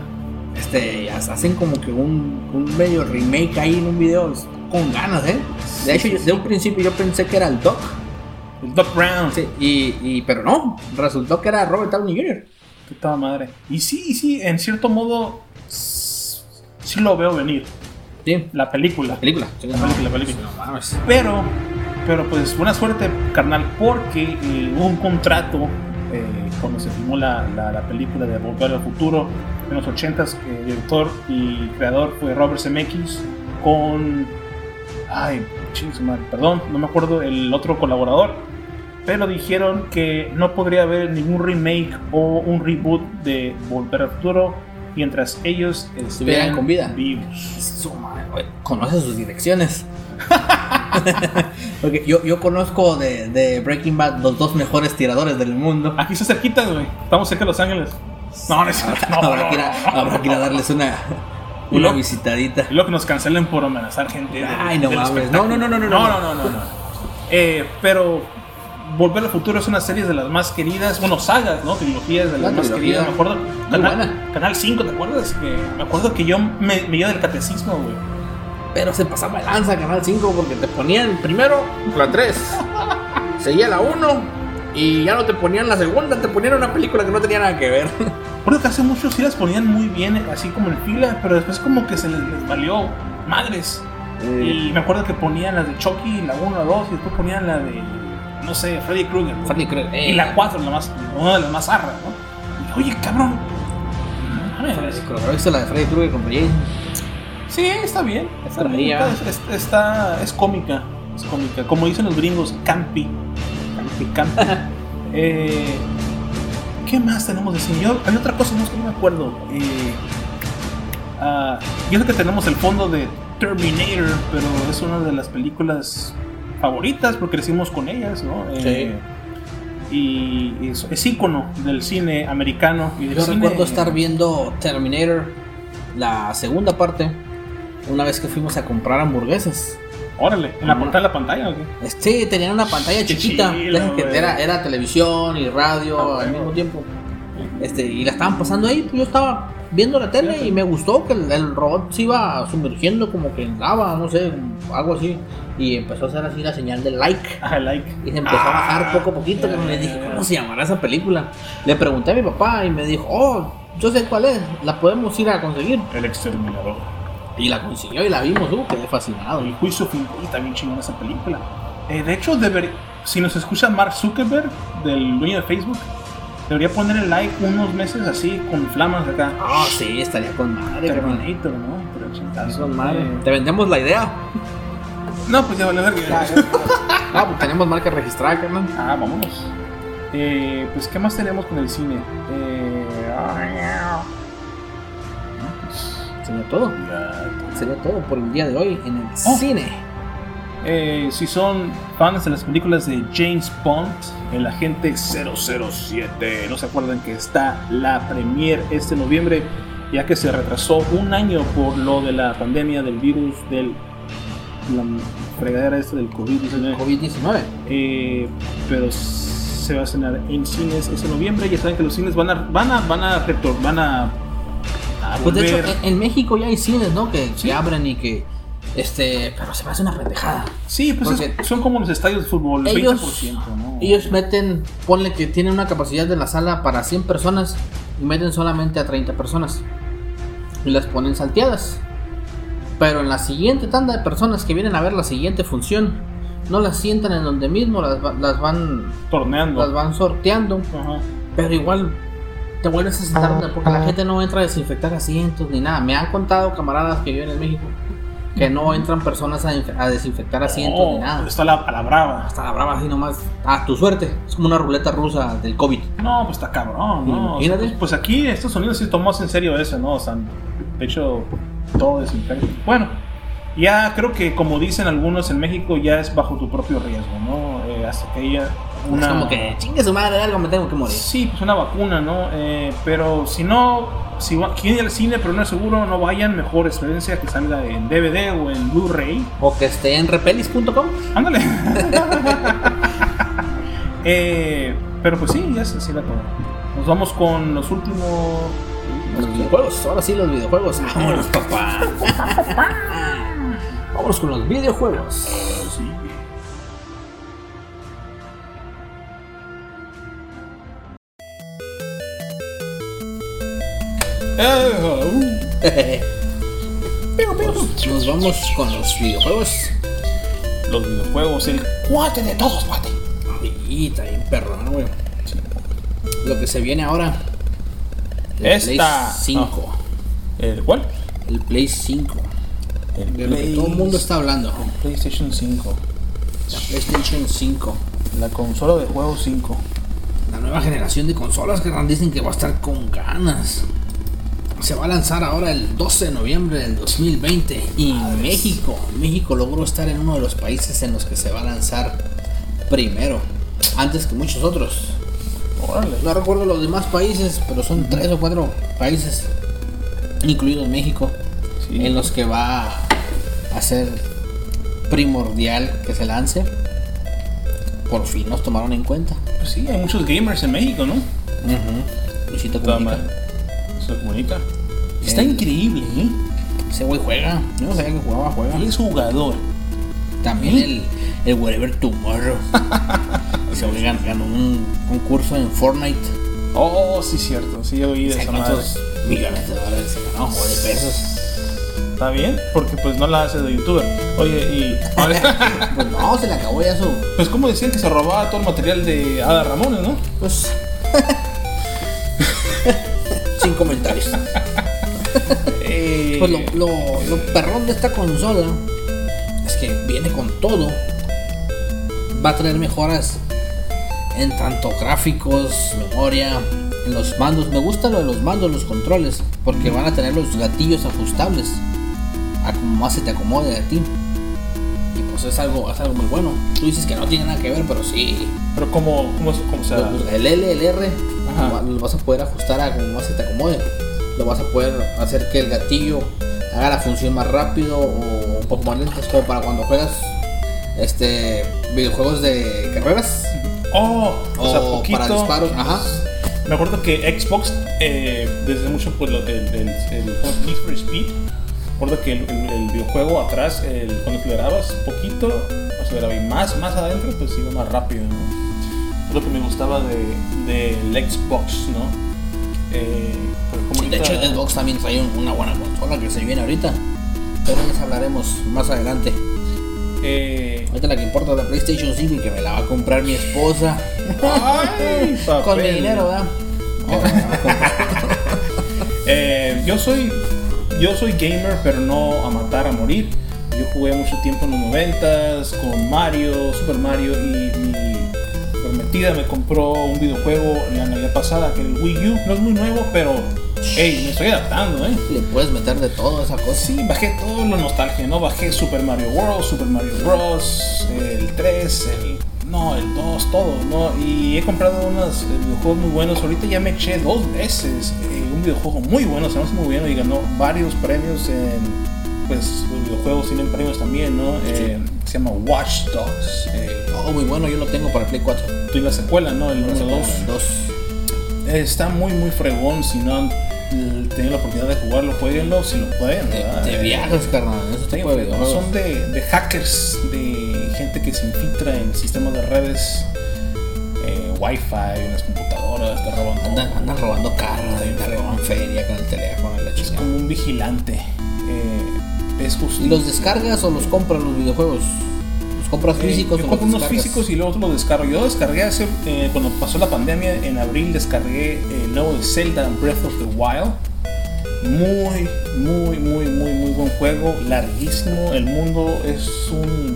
Speaker 1: Este, hasta hacen como que un, un medio remake ahí en un video con ganas, ¿eh? De hecho, yo- de un principio yo pensé que era el Doc,
Speaker 2: El Doc Brown.
Speaker 1: sí, y, y- pero no, resultó que era Robert Downey Jr.
Speaker 2: Qué toda madre. Y sí, y sí, en cierto modo. s- Sí lo veo venir.
Speaker 1: Sí,
Speaker 2: La película.
Speaker 1: la película. Sí,
Speaker 2: La película, la película.
Speaker 1: No mames.
Speaker 2: Pero. Pero pues buena suerte, carnal, porque eh, hubo un contrato eh, cuando se filmó la, la- la película de Volver al Futuro en los 80s. que El director y creador fue Robert Zemeckis con. Ay, chis, madre, perdón, no me acuerdo el otro colaborador. Pero dijeron que no podría haber ningún remake o un reboot de Volver al Futuro mientras ellos
Speaker 1: Estuvieran
Speaker 2: estén
Speaker 1: con vida.
Speaker 2: Vivos.
Speaker 1: Su madre, güey, Conoce sus direcciones. Porque yo, yo conozco de, de Breaking Bad los dos mejores tiradores del mundo.
Speaker 2: Aquí está cerquita, güey. Estamos cerca de Los Ángeles. No, no es cierto. No,
Speaker 1: habrá,
Speaker 2: no,
Speaker 1: que ir a,
Speaker 2: no.
Speaker 1: habrá que ir a darles una,
Speaker 2: Y
Speaker 1: una
Speaker 2: lo-
Speaker 1: visitadita.
Speaker 2: Y luego que nos cancelen por amenazar gente. del-
Speaker 1: Ay, no
Speaker 2: del
Speaker 1: mames. No, no,
Speaker 2: espectáculo.
Speaker 1: no, no, no,
Speaker 2: No,
Speaker 1: no.
Speaker 2: no, no, no, no. Eh, pero Volver al Futuro es una serie de las más queridas, bueno, sagas, ¿no? Trilogías de
Speaker 1: La
Speaker 2: las más
Speaker 1: trilogía.
Speaker 2: queridas, me acuerdo.
Speaker 1: Muy
Speaker 2: Canal,
Speaker 1: buena.
Speaker 2: Canal 5, ¿te acuerdas? Que me acuerdo que yo me, me iba del catecismo, güey.
Speaker 1: Pero se pasaba de lanza Canal 5 porque te ponían primero la 3, seguía la 1 y ya no te ponían la segunda, te ponían una película que no tenía nada que ver.
Speaker 2: Creo que hace muchos sí las ponían muy bien, eh, así como en fila, pero después como que se les, les valió madres. Y me acuerdo que ponían las de Chucky, la 1, la 2, y después ponían la de, no sé, Freddy Krueger. ¿no?
Speaker 1: Freddy Krueger, eh.
Speaker 2: Y la 4, la más, una de las más arras, ¿no? Y, Oye, cabrón. no mames.
Speaker 1: ¿Has visto la de Freddy Krueger con Jason?
Speaker 2: Sí, está bien. Está, bien,
Speaker 1: Estaría.
Speaker 2: está, es- está- es cómica. Es cómica. Como dicen los gringos, campi. Campi, campi. Eh, ¿Qué más tenemos de señor? Hay otra cosa más que no me acuerdo. Eh, ah, yo sé que tenemos el fondo de Terminator, pero es una de las películas favoritas porque crecimos con ellas, ¿no? Eh, Y es, es ícono del cine americano. Y del
Speaker 1: Yo
Speaker 2: cine-
Speaker 1: recuerdo estar viendo Terminator, la segunda parte, una vez que fuimos a comprar hamburguesas.
Speaker 2: Órale, en la pantalla de la pantalla, ¿o qué?
Speaker 1: Este, tenían una pantalla
Speaker 2: Qué
Speaker 1: chiquita,
Speaker 2: chido,
Speaker 1: que
Speaker 2: güey.
Speaker 1: era, era televisión y radio
Speaker 2: Ah,
Speaker 1: al
Speaker 2: huevo.
Speaker 1: mismo tiempo. Este, y la estaban pasando ahí, pues yo estaba viendo la tele y me gustó que el, el robot se iba sumergiendo como que en lava, no sé, algo así. Y empezó a hacer así la señal de like.
Speaker 2: Ah, like.
Speaker 1: Y se empezó a bajar poco a poquito.
Speaker 2: Ah, ya,
Speaker 1: Y le
Speaker 2: ya,
Speaker 1: dije,
Speaker 2: ya.
Speaker 1: ¿cómo se llamará esa película? Le pregunté a mi papá y me dijo, oh, yo sé cuál es, la podemos ir a conseguir.
Speaker 2: El exterminador.
Speaker 1: Y la consiguió y la vimos, uh, quedé fascinado.
Speaker 2: El juicio final también chingón esa película. Eh, de hecho, deber- si nos escucha Mark Zuckerberg, del dueño de Facebook, debería poner el like unos meses así, con flamas acá.
Speaker 1: Ah, sí, estaría con madre. carnal.
Speaker 2: Terminator, ¿no? Pero
Speaker 1: Estaría
Speaker 2: chingazo.
Speaker 1: con madre.
Speaker 2: Eh,
Speaker 1: Te vendemos la idea.
Speaker 2: No, pues ya vale verga.
Speaker 1: Ah, pues tenemos marca registrada, carnal.
Speaker 2: Ah, vámonos. Eh, pues, ¿qué más tenemos con el cine? Eh, ah, pues,
Speaker 1: Sería todo.
Speaker 2: ya
Speaker 1: Sería todo por el día de hoy en el
Speaker 2: Oh.
Speaker 1: cine.
Speaker 2: Eh, si son fans de las películas de James Bond, el agente 007, no se acuerdan que está la premier este noviembre, ya que se retrasó un año por lo de la pandemia del virus del la fregadera esta del COVID-19.
Speaker 1: COVID-19.
Speaker 2: Eh, pero se va a cenar en cines este noviembre, ya saben que los cines van a van a van a retor- van a, a
Speaker 1: Pues de hecho,
Speaker 2: volver.
Speaker 1: en, en México ya hay cines, ¿no? Que, que
Speaker 2: Sí.
Speaker 1: abren y que. Este. Pero se me hace una pendejada.
Speaker 2: sí, pues es-
Speaker 1: porque-
Speaker 2: son como los estadios de fútbol,
Speaker 1: Ellos,
Speaker 2: 20%, ¿no?
Speaker 1: ellos meten, ponle que tienen una capacidad de la sala para 100 personas y meten solamente a 30 personas. Y las ponen salteadas. Pero en la siguiente tanda de personas que vienen a ver la siguiente función, no las sientan en donde mismo, las, va- las van,
Speaker 2: torneando.
Speaker 1: las van sorteando.
Speaker 2: Ajá.
Speaker 1: Pero igual te vuelves a sentar donde- porque la gente no entra a desinfectar asientos ni nada. Me han contado camaradas que viven en México que no entran personas a, inf- a desinfectar asientos
Speaker 2: No,
Speaker 1: ni nada.
Speaker 2: Está la, a la brava.
Speaker 1: Hasta la brava así nomás. Ah, tu suerte. Es como una ruleta rusa del COVID.
Speaker 2: No, pues está cabrón, ¿no? O sea,
Speaker 1: Imagínate.
Speaker 2: pues, pues aquí Estados Unidos sí tomó en serio eso, ¿no? O sea, de hecho, todo desinfecta. Bueno, ya creo que como dicen algunos en México, ya es bajo tu propio riesgo, ¿no? Eh, hasta que haya una...
Speaker 1: Es como que chingue su madre, de algo me tengo que morir.
Speaker 2: Sí, pues una vacuna, ¿no? Eh, pero si no, si va- quieren ir al cine pero no es seguro, no vayan, mejor experiencia que salga en DVD o en Blu-ray.
Speaker 1: O que esté en repelis.com.
Speaker 2: Ándale. Eh, pero pues sí, ya se sí, todo. Nos vamos con los últimos.
Speaker 1: Los videojuegos. Ahora sí, los videojuegos.
Speaker 3: Ah.
Speaker 1: Vámonos, papá. Vámonos con los videojuegos.
Speaker 2: Eh, uh,
Speaker 1: Nos vamos con los videojuegos.
Speaker 2: los videojuegos, el
Speaker 3: Cuate de todos, cuate.
Speaker 1: Y también perro, ¿no, güey? Lo que se viene ahora. El
Speaker 2: Esta.
Speaker 1: Play 5.
Speaker 2: ¿El cuál?
Speaker 1: El Play 5.
Speaker 2: El
Speaker 1: De lo que todo el mundo está hablando.
Speaker 2: PlayStation 5.
Speaker 1: La PlayStation 5.
Speaker 2: La consola de juegos 5.
Speaker 1: La nueva generación de consolas que dicen que va a estar con ganas. Se va a lanzar ahora el 12 de noviembre del 2020 y México. México logró estar en uno de los países en los que se va a lanzar primero, antes que muchos otros.
Speaker 2: Órale.
Speaker 1: No recuerdo los demás países, pero son tres o cuatro países, incluido México,
Speaker 2: Sí.
Speaker 1: en los que va a ser primordial que se lance. Por fin nos tomaron en cuenta.
Speaker 2: Pues sí, hay muchos gamers en México, ¿no?
Speaker 1: Luisito
Speaker 2: Toda
Speaker 1: Comunica.
Speaker 2: madre. Se comunica. Está increíble, ¿eh?
Speaker 1: Ese güey juega. Yo no sabía que jugaba, juega.
Speaker 2: Él es jugador.
Speaker 1: También el, el Whatever Tomorrow. Ese güey gan- ganó un concurso en Fortnite.
Speaker 2: Oh, sí, cierto. Sí, yo oí de
Speaker 1: ¿Sabes
Speaker 2: esa madre.
Speaker 1: cuántos millones de dólares se ganó? O de pesos.
Speaker 2: Está bien, porque pues no la hace de youtuber. Oye, y.
Speaker 1: Pues no, se le acabó ya su.
Speaker 2: pues como decían que se robaba todo el material de Ada Ramones, ¿no?
Speaker 1: Pues. Sin comentarios.
Speaker 2: Eh,
Speaker 1: Pues lo, lo- lo perrón de esta consola es que viene con todo. Va a traer mejoras en tanto gráficos, memoria, en los mandos. Me gusta lo de los mandos, los controles, porque van a tener los gatillos ajustables a como más se te acomode a ti. Y pues es algo, es algo muy bueno. Tú dices que no tiene nada que ver, pero sí.
Speaker 2: Pero como, como, como se
Speaker 1: Lo- El L, el R,
Speaker 2: Ajá.
Speaker 1: lo va- lo vas a poder ajustar a como más se te acomode. Lo vas a poder hacer que el gatillo haga la función más rápido o un poco más lentas, como para cuando juegas este videojuegos de carreras
Speaker 2: Oh, o sea,
Speaker 1: o
Speaker 2: poquito. pues,
Speaker 1: para disparos. Ajá.
Speaker 2: Me acuerdo que Xbox, eh, desde mucho, pues, lo- el, el, el juego Need for Speed, me acuerdo que el, el- el videojuego atrás, el- cuando acelerabas poquito, aceleraba y más, más adentro, pues iba más rápido, ¿no? Es lo que me gustaba de- del Xbox, ¿no? Eh, pero como
Speaker 1: Sí, de hecho,
Speaker 2: ahorita-
Speaker 1: el Xbox también trae un- una buena consola que se viene ahorita. Pero les hablaremos más adelante.
Speaker 2: eh,
Speaker 1: Ahorita la que importa es la PlayStation 5 y que me la va a comprar mi esposa.
Speaker 2: Ay,
Speaker 1: Con mi
Speaker 2: papel.
Speaker 1: dinero, ¿verdad? Oh,
Speaker 2: Eh, yo soy yo soy gamer, pero no a matar a morir. Yo jugué mucho tiempo en los 90 con Mario, Super Mario y mi prometida me compró un videojuego la Navidad pasada que era el Wii U no es muy nuevo, pero hey, me estoy adaptando, ¿eh?
Speaker 1: Le puedes meter de todo a esa cosa.
Speaker 2: Sí, bajé todo lo nostalgia, ¿no? Bajé Super Mario World, Super Mario Bros, el 3, el. No, el 2, todo, ¿no? Y he comprado unos eh, videojuegos muy buenos. Ahorita ya me eché dos veces eh, un videojuego muy bueno, se me hace muy bueno y ganó varios premios en. Pues los videojuegos tienen premios también, ¿no? Eh, se llama Watch Dogs. Eh,
Speaker 1: Oh, muy bueno, yo lo tengo para el Play 4.
Speaker 2: y la secuela, ¿no? El número 2.
Speaker 1: El dos.
Speaker 2: Está muy, muy fregón. Si no han eh, tenido la oportunidad de jugarlo, jueguenlo si lo pueden,
Speaker 1: Te,
Speaker 2: ¿verdad?
Speaker 1: te
Speaker 2: Eh,
Speaker 1: viajas, carnal. en ese
Speaker 2: Sí,
Speaker 1: tipo de
Speaker 2: pero
Speaker 1: videojuegos.
Speaker 2: son de, de hackers, de gente que se infiltra en sistemas de redes, eh, wifi, en las computadoras, te roban todo.
Speaker 1: Andan, andan robando carros, te roban feria con el teléfono y la
Speaker 2: Es
Speaker 1: chingada.
Speaker 2: como un vigilante. eh, es justo.
Speaker 1: ¿Y los descargas o los compras los videojuegos? ¿Los compras físicos
Speaker 2: Eh, yo
Speaker 1: o
Speaker 2: compro
Speaker 1: los
Speaker 2: unos
Speaker 1: descargas?
Speaker 2: físicos y luego los descargo. Yo descargué hace, eh, cuando pasó la pandemia, en abril descargué eh, el nuevo de Zelda Breath of the Wild. Muy, muy, muy, muy, muy buen juego, larguísimo. El mundo es un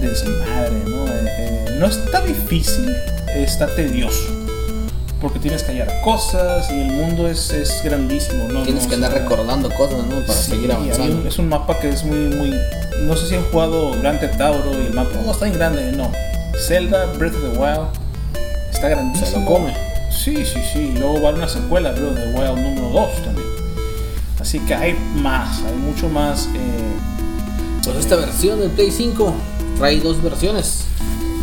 Speaker 2: desmadre, ¿no? Eh, eh, no está difícil, está tedioso. Porque tienes que hallar cosas y el mundo es, es grandísimo, ¿no?
Speaker 1: Tienes
Speaker 2: No,
Speaker 1: que
Speaker 2: o sea,
Speaker 1: andar recordando cosas, ¿no? Para
Speaker 2: Sí,
Speaker 1: seguir
Speaker 2: hay un-
Speaker 1: avanzando.
Speaker 2: es un mapa que es muy, muy. No sé si han jugado Grand Theft Auto y el mapa. Oh, está bien grande. No. Zelda, Breath of the Wild. Está grandísimo.
Speaker 1: Se lo come.
Speaker 2: Sí, sí, sí. Y luego va a haber una secuela, Breath of the Wild número 2 también. Así que hay más, hay mucho más. eh,
Speaker 1: Pues esta versión del Play 5 trae dos versiones.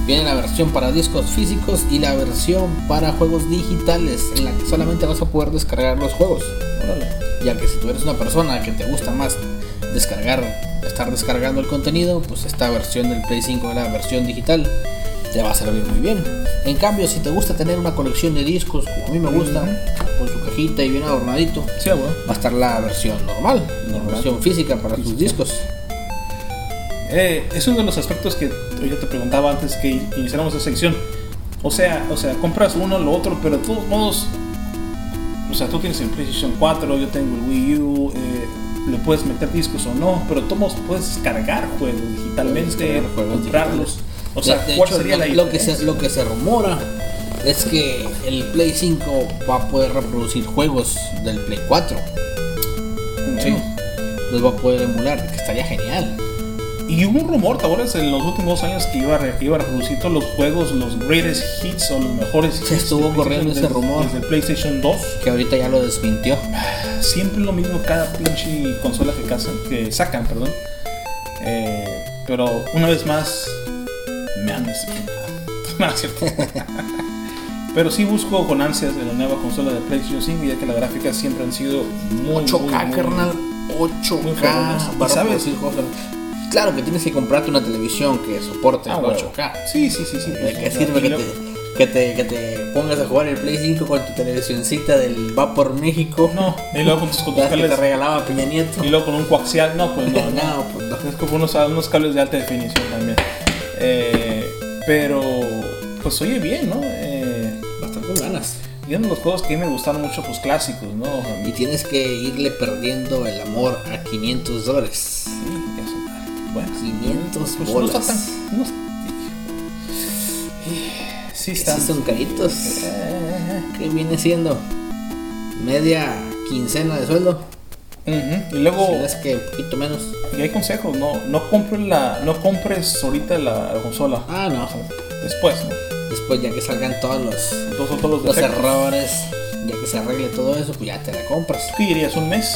Speaker 1: Viene la versión para discos físicos y la versión para juegos digitales, en la que solamente vas a poder descargar los juegos.
Speaker 2: órale.
Speaker 1: Ya que si tú eres una persona que te gusta más descargar, estar descargando el contenido, pues esta versión del Play 5, la versión digital, te va a servir muy bien. En cambio, si te gusta tener una colección de discos, como a mí me gusta, con su cajita y bien adornadito,
Speaker 2: Sí, bueno.
Speaker 1: va a estar la versión normal,
Speaker 2: Normal.
Speaker 1: la versión física para tus discos.
Speaker 2: Eh, es uno de los aspectos que yo te preguntaba antes que iniciáramos esta sección. O sea, o sea, compras uno, lo otro, pero de todos modos, o sea, tú tienes el PlayStation 4, yo tengo el Wii U, eh, le puedes meter discos o no, pero de todos modos puedes cargar juegos digitalmente,
Speaker 1: descargar juegos
Speaker 2: comprarlos. O
Speaker 1: De-
Speaker 2: sea,
Speaker 1: de
Speaker 2: ¿cuál
Speaker 1: hecho,
Speaker 2: sería
Speaker 1: lo,
Speaker 2: la
Speaker 1: lo que se, lo que se rumora es que el Play 5 va a poder reproducir juegos del Play 4.
Speaker 2: Sí.
Speaker 1: Los va a poder emular, que estaría genial.
Speaker 2: Y hubo un rumor, ¿te acuerdas? En los últimos años que iba a, re- iba a reproducir todos los juegos, los greatest hits o los mejores hits.
Speaker 1: Se estuvo
Speaker 2: de
Speaker 1: corriendo
Speaker 2: PlayStation
Speaker 1: ese rumor.
Speaker 2: Desde el PlayStation 2.
Speaker 1: Que ahorita ya lo desmintió.
Speaker 2: siempre lo mismo cada pinche consola que, casan, que sacan, perdón. Eh, pero una vez más, me han decepcionado. No, es cierto. pero sí busco con ansias de la nueva consola de PlayStation 5, ya que las gráficas siempre han sido muy, muy,
Speaker 1: 8K,
Speaker 2: muy-
Speaker 1: carnal.
Speaker 2: muy
Speaker 1: 8K.
Speaker 2: fregones. ¿Y
Speaker 1: para
Speaker 2: sabes?
Speaker 1: reproducir juegos. Claro que tienes que comprarte una televisión que soporte
Speaker 2: Ah, huevo.
Speaker 1: 8K.
Speaker 2: Sí, sí, sí, sí.
Speaker 1: ¿De qué
Speaker 2: O sea,
Speaker 1: sirve que
Speaker 2: y
Speaker 1: te,
Speaker 2: luego-
Speaker 1: que, te, que te pongas a jugar el Play 5 con tu televisioncita del Vapor México?
Speaker 2: No, y luego con tus- con tus
Speaker 1: Las que te
Speaker 2: cables.
Speaker 1: regalaba Peña Nieto.
Speaker 2: Y luego con un coaxial, no, pues no, no.
Speaker 1: No, pues no.
Speaker 2: Es como unos, unos cables de alta definición también. Eh, pero, pues oye bien, ¿no? Eh,
Speaker 1: Bastante ganas.
Speaker 2: yo de los juegos que a mí me gustaron mucho, pues clásicos, ¿no? O sea,
Speaker 1: Y
Speaker 2: mi-
Speaker 1: tienes que irle perdiendo el amor a 500 dólares.
Speaker 2: eso, Bueno,
Speaker 1: 500
Speaker 2: pues no
Speaker 1: bolas.
Speaker 2: está tan. no es- sí, está.
Speaker 1: Esos son caritos.
Speaker 2: Eh,
Speaker 1: ¿Qué viene siendo? Media quincena de sueldo.
Speaker 2: eh. ujú. Y luego.
Speaker 1: Si no es que un poquito menos.
Speaker 2: Y hay consejos, no, no compres la, no compres ahorita la, la consola.
Speaker 1: Ah, no.
Speaker 2: Después, ¿no?
Speaker 1: Después, ya que salgan todos los,
Speaker 2: Entonces son todos los
Speaker 1: los
Speaker 2: defectos.
Speaker 1: errores, ya que se arregle todo eso, pues ya te la compras. Pues,
Speaker 2: ¿Qué dirías? ¿Un mes?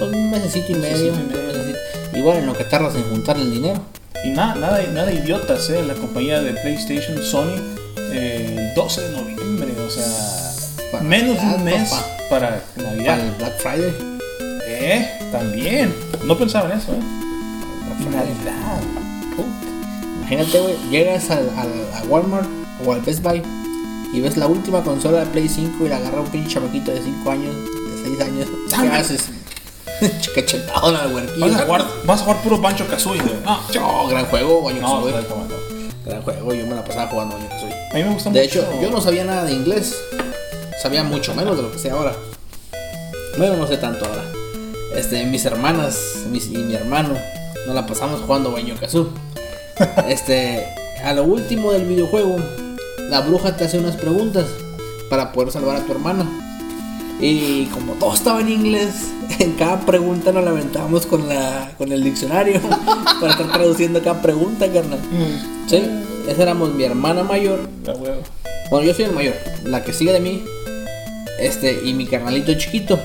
Speaker 1: Un mesecito y medio.
Speaker 2: Mesecito y medio.
Speaker 1: dos mesecitos. Igual en lo que tardas en juntar el dinero.
Speaker 2: Y nada, nada, nada idiotas, ¿eh? La compañía de PlayStation Sony, eh, 12 de noviembre, o sea,
Speaker 1: para
Speaker 2: Menos de
Speaker 1: Navidad,
Speaker 2: un mes
Speaker 1: papá.
Speaker 2: para
Speaker 1: Para
Speaker 2: Navidad.
Speaker 1: el Black Friday.
Speaker 2: Eh, también. No pensaba en eso, eh.
Speaker 1: Navidad. Imagínate, güey, llegas al, al- a Walmart o al Best Buy y ves la última consola de Play 5 y la agarra un pinche chamaquito de 5 años, de 6 años. ¿Qué haces? Cachetadona de
Speaker 2: Vas a
Speaker 1: huerquilla.
Speaker 2: jugar, vas a jugar puro Pancho Kazooie, güey.
Speaker 1: Ah, Yo, gran juego, güey. yo
Speaker 2: No,
Speaker 1: soy.
Speaker 2: está bien, está bien.
Speaker 1: Gran juego, yo me la pasaba jugando yo soy.
Speaker 2: A mí me gusta
Speaker 1: De
Speaker 2: mucho.
Speaker 1: hecho, yo no sabía nada de inglés. Sabía mucho menos de lo que sé ahora. Bueno, no sé tanto ahora. Este, mis hermanas mis- y mi hermano nos la pasamos jugando Banjo Kazoo. Este, a lo último del videojuego, la bruja te hace unas preguntas para poder salvar a tu hermana. Y como todo estaba en inglés, en cada pregunta nos la aventábamos con, la, con el diccionario para estar traduciendo cada pregunta, carnal.
Speaker 2: Mm.
Speaker 1: Sí, esa éramos mi hermana mayor
Speaker 2: La huevo.
Speaker 1: bueno, yo soy el mayor, la que sigue de mí, este, y mi carnalito chiquito.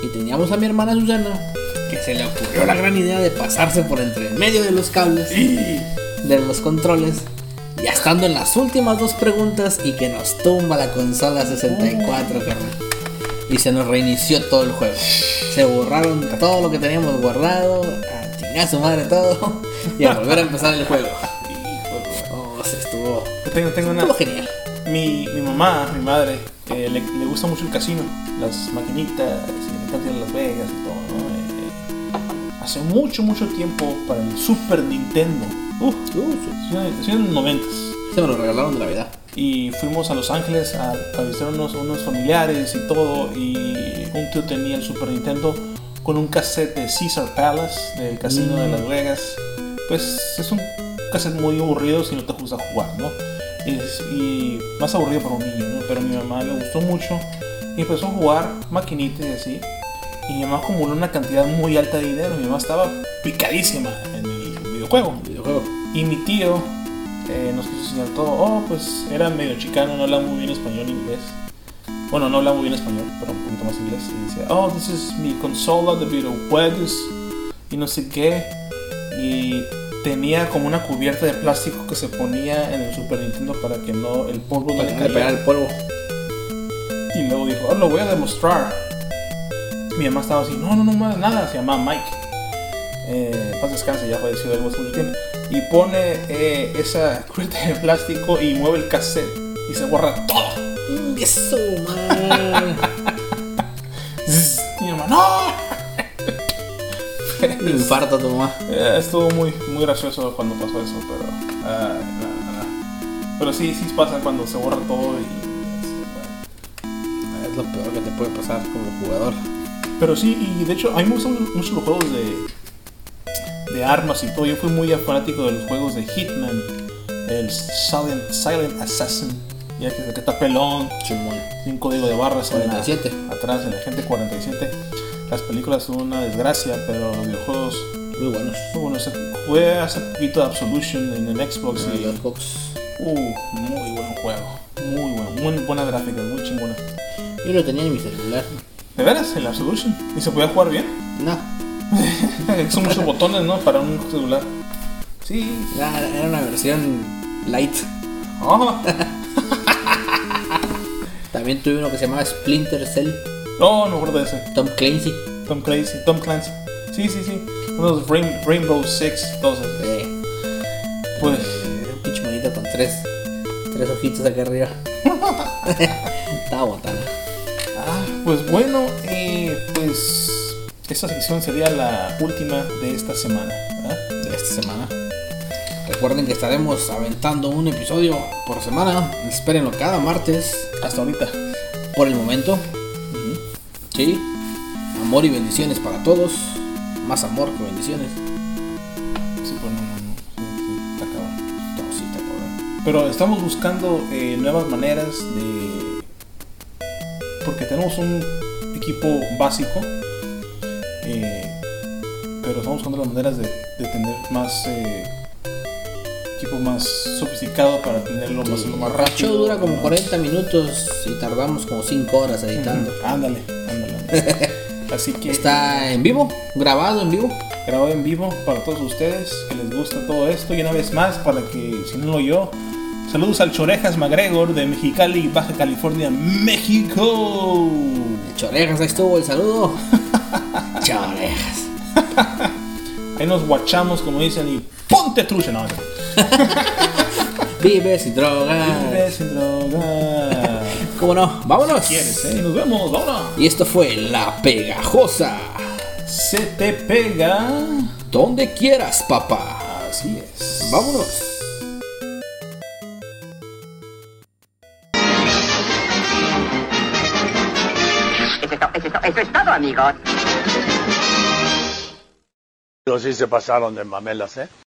Speaker 1: Y teníamos a mi hermana Susana, que se le ocurrió la gran idea de pasarse por entre el medio de los cables, de los controles, ya estando en las últimas dos preguntas y que nos tumba la consola 64, carnal. Y se nos reinició todo el juego. Se borraron todo lo que teníamos guardado, a chingar a su madre todo, y a volver a empezar el juego. Oh, se estuvo.
Speaker 2: Yo tengo, tengo una.
Speaker 1: Estuvo genial.
Speaker 2: Mi, mi mamá, mi madre, que le, le gusta mucho el casino, las maquinitas, y le encanta ir a Las Vegas y todo, ¿no? Eh, eh, hace mucho, mucho tiempo para el Super Nintendo. Uf, uh, en los 90
Speaker 1: Se me lo regalaron de Navidad.
Speaker 2: Y fuimos a Los Ángeles a, a visitar unos, unos familiares y todo. Y un tío tenía el Super Nintendo con un cassette de Caesar Palace, del casino de Las Vegas. Pues es un cassette muy aburrido si no te gusta jugar, ¿no? Es- y más aburrido para un niño, ¿no? Pero a mi mamá le gustó mucho y empezó a jugar maquinitas y así. Y mi mamá acumuló una cantidad muy alta de dinero. Mi mamá estaba picadísima en el videojuego.
Speaker 1: Videojuego.
Speaker 2: Y mi tío eh, nos quiso enseñar todo. Oh, pues era medio chicano, no hablaba muy bien español ni inglés. Bueno, no hablaba muy bien español, pero un poquito más inglés. Y decía, oh, this is mi consola de videojuegos. Y no sé qué. Y tenía como una cubierta de plástico que se ponía en el Super Nintendo para que no el polvo no
Speaker 1: Para
Speaker 2: le
Speaker 1: que le pegara
Speaker 2: cayera.
Speaker 1: el polvo.
Speaker 2: Y luego dijo, oh, lo voy a demostrar. Mi mamá estaba así, no, no, no, más nada. Se llamaba Mike. Eh, paz descanse, ya falleció el mucho tiempo. Y pone eh, esa cubierta de plástico y mueve el cassette y se borra todo.
Speaker 1: Eso, man.
Speaker 2: Zzz, Y mi mamá, ¡no!
Speaker 1: Un infarto a tu mamá.
Speaker 2: Eh, estuvo muy, muy gracioso cuando pasó eso, pero. ah, no, no. Pero sí, sí pasa cuando se borra todo y.
Speaker 1: Es lo peor que te puede pasar como jugador.
Speaker 2: Pero sí, y de hecho, a mí me gustan mucho los juegos de, de armas y todo. Yo fui muy fanático de los juegos de Hitman, el Silent, Silent Assassin, ya que, que está pelón,
Speaker 1: Chimón.
Speaker 2: tiene un código de barras en la-
Speaker 1: 47.
Speaker 2: atrás, en la gente 47. Las películas son una desgracia, pero los videojuegos. uh,
Speaker 1: Muy buenos.
Speaker 2: Bueno, se- jugué hace poquito Absolution en el Xbox y.
Speaker 1: Los Hawks.
Speaker 2: Uh, muy buen juego. Muy bueno, muy buenas gráficas, muy chingona.
Speaker 1: Yo lo tenía en mi celular.
Speaker 2: ¿De veras? ¿El Absolution? ¿Y se podía jugar bien?
Speaker 1: No.
Speaker 2: Son muchos botones, ¿no? Para un celular. Sí.
Speaker 1: Era, era una versión light.
Speaker 2: Oh,
Speaker 1: También tuve uno que se llamaba Splinter Cell.
Speaker 2: no, no me acuerdo de ese.
Speaker 1: Tom Clancy.
Speaker 2: Tom Clancy, Tom Clancy. Sí, sí, sí. Uno de los Rain- Rainbow Six, todos esos.
Speaker 1: Eh,
Speaker 2: Pues,
Speaker 1: era un pinche monito con tres. Tres ojitos acá arriba. Estaba botana.
Speaker 2: ah, pues bueno, eh, pues esta sección sería la última de esta semana, ¿verdad?
Speaker 1: de esta semana. Recuerden que estaremos aventando un episodio por semana. Espérenlo cada martes
Speaker 2: Hasta ahorita.
Speaker 1: por el momento. Sí. Amor y bendiciones para todos. Más amor que bendiciones.
Speaker 2: Sí, pues, no, no, no. Sí, sí, está cabrón.
Speaker 1: No, sí, está cabrón.
Speaker 2: Pero estamos buscando eh, nuevas maneras de... Porque tenemos un equipo básico. eh, pero estamos buscando las maneras de, de tener más... eh, equipo más sofisticado para tenerlo más, lo más
Speaker 1: El show
Speaker 2: rápido.
Speaker 1: dura como
Speaker 2: más-
Speaker 1: 40 minutos y tardamos como 5 horas editando.
Speaker 2: Ándale, ándale. ándale. Así que
Speaker 1: Está en vivo, grabado en vivo.
Speaker 2: grabado en vivo para todos ustedes que les gusta todo esto y una vez más para que si no lo yo Saludos al Chorejas McGregor de Mexicali, Baja California, México.
Speaker 1: Chorejas, ahí estuvo el saludo. Chorejas.
Speaker 2: Ahí nos guachamos, como dicen, y ponte trucha. No, no.
Speaker 1: Vives y drogas.
Speaker 2: Sin droga.
Speaker 1: ¿Cómo no? Vámonos.
Speaker 2: ¿Quieres, eh? Nos vemos, vámonos.
Speaker 1: Y esto fue La Pegajosa.
Speaker 2: Se te pega.
Speaker 1: Donde quieras, papá.
Speaker 2: Así es.
Speaker 1: Vámonos.
Speaker 5: Eso es, to- eso es to- eso es todo, amigos.
Speaker 6: Pero sí se pasaron de mamelas, ¿eh?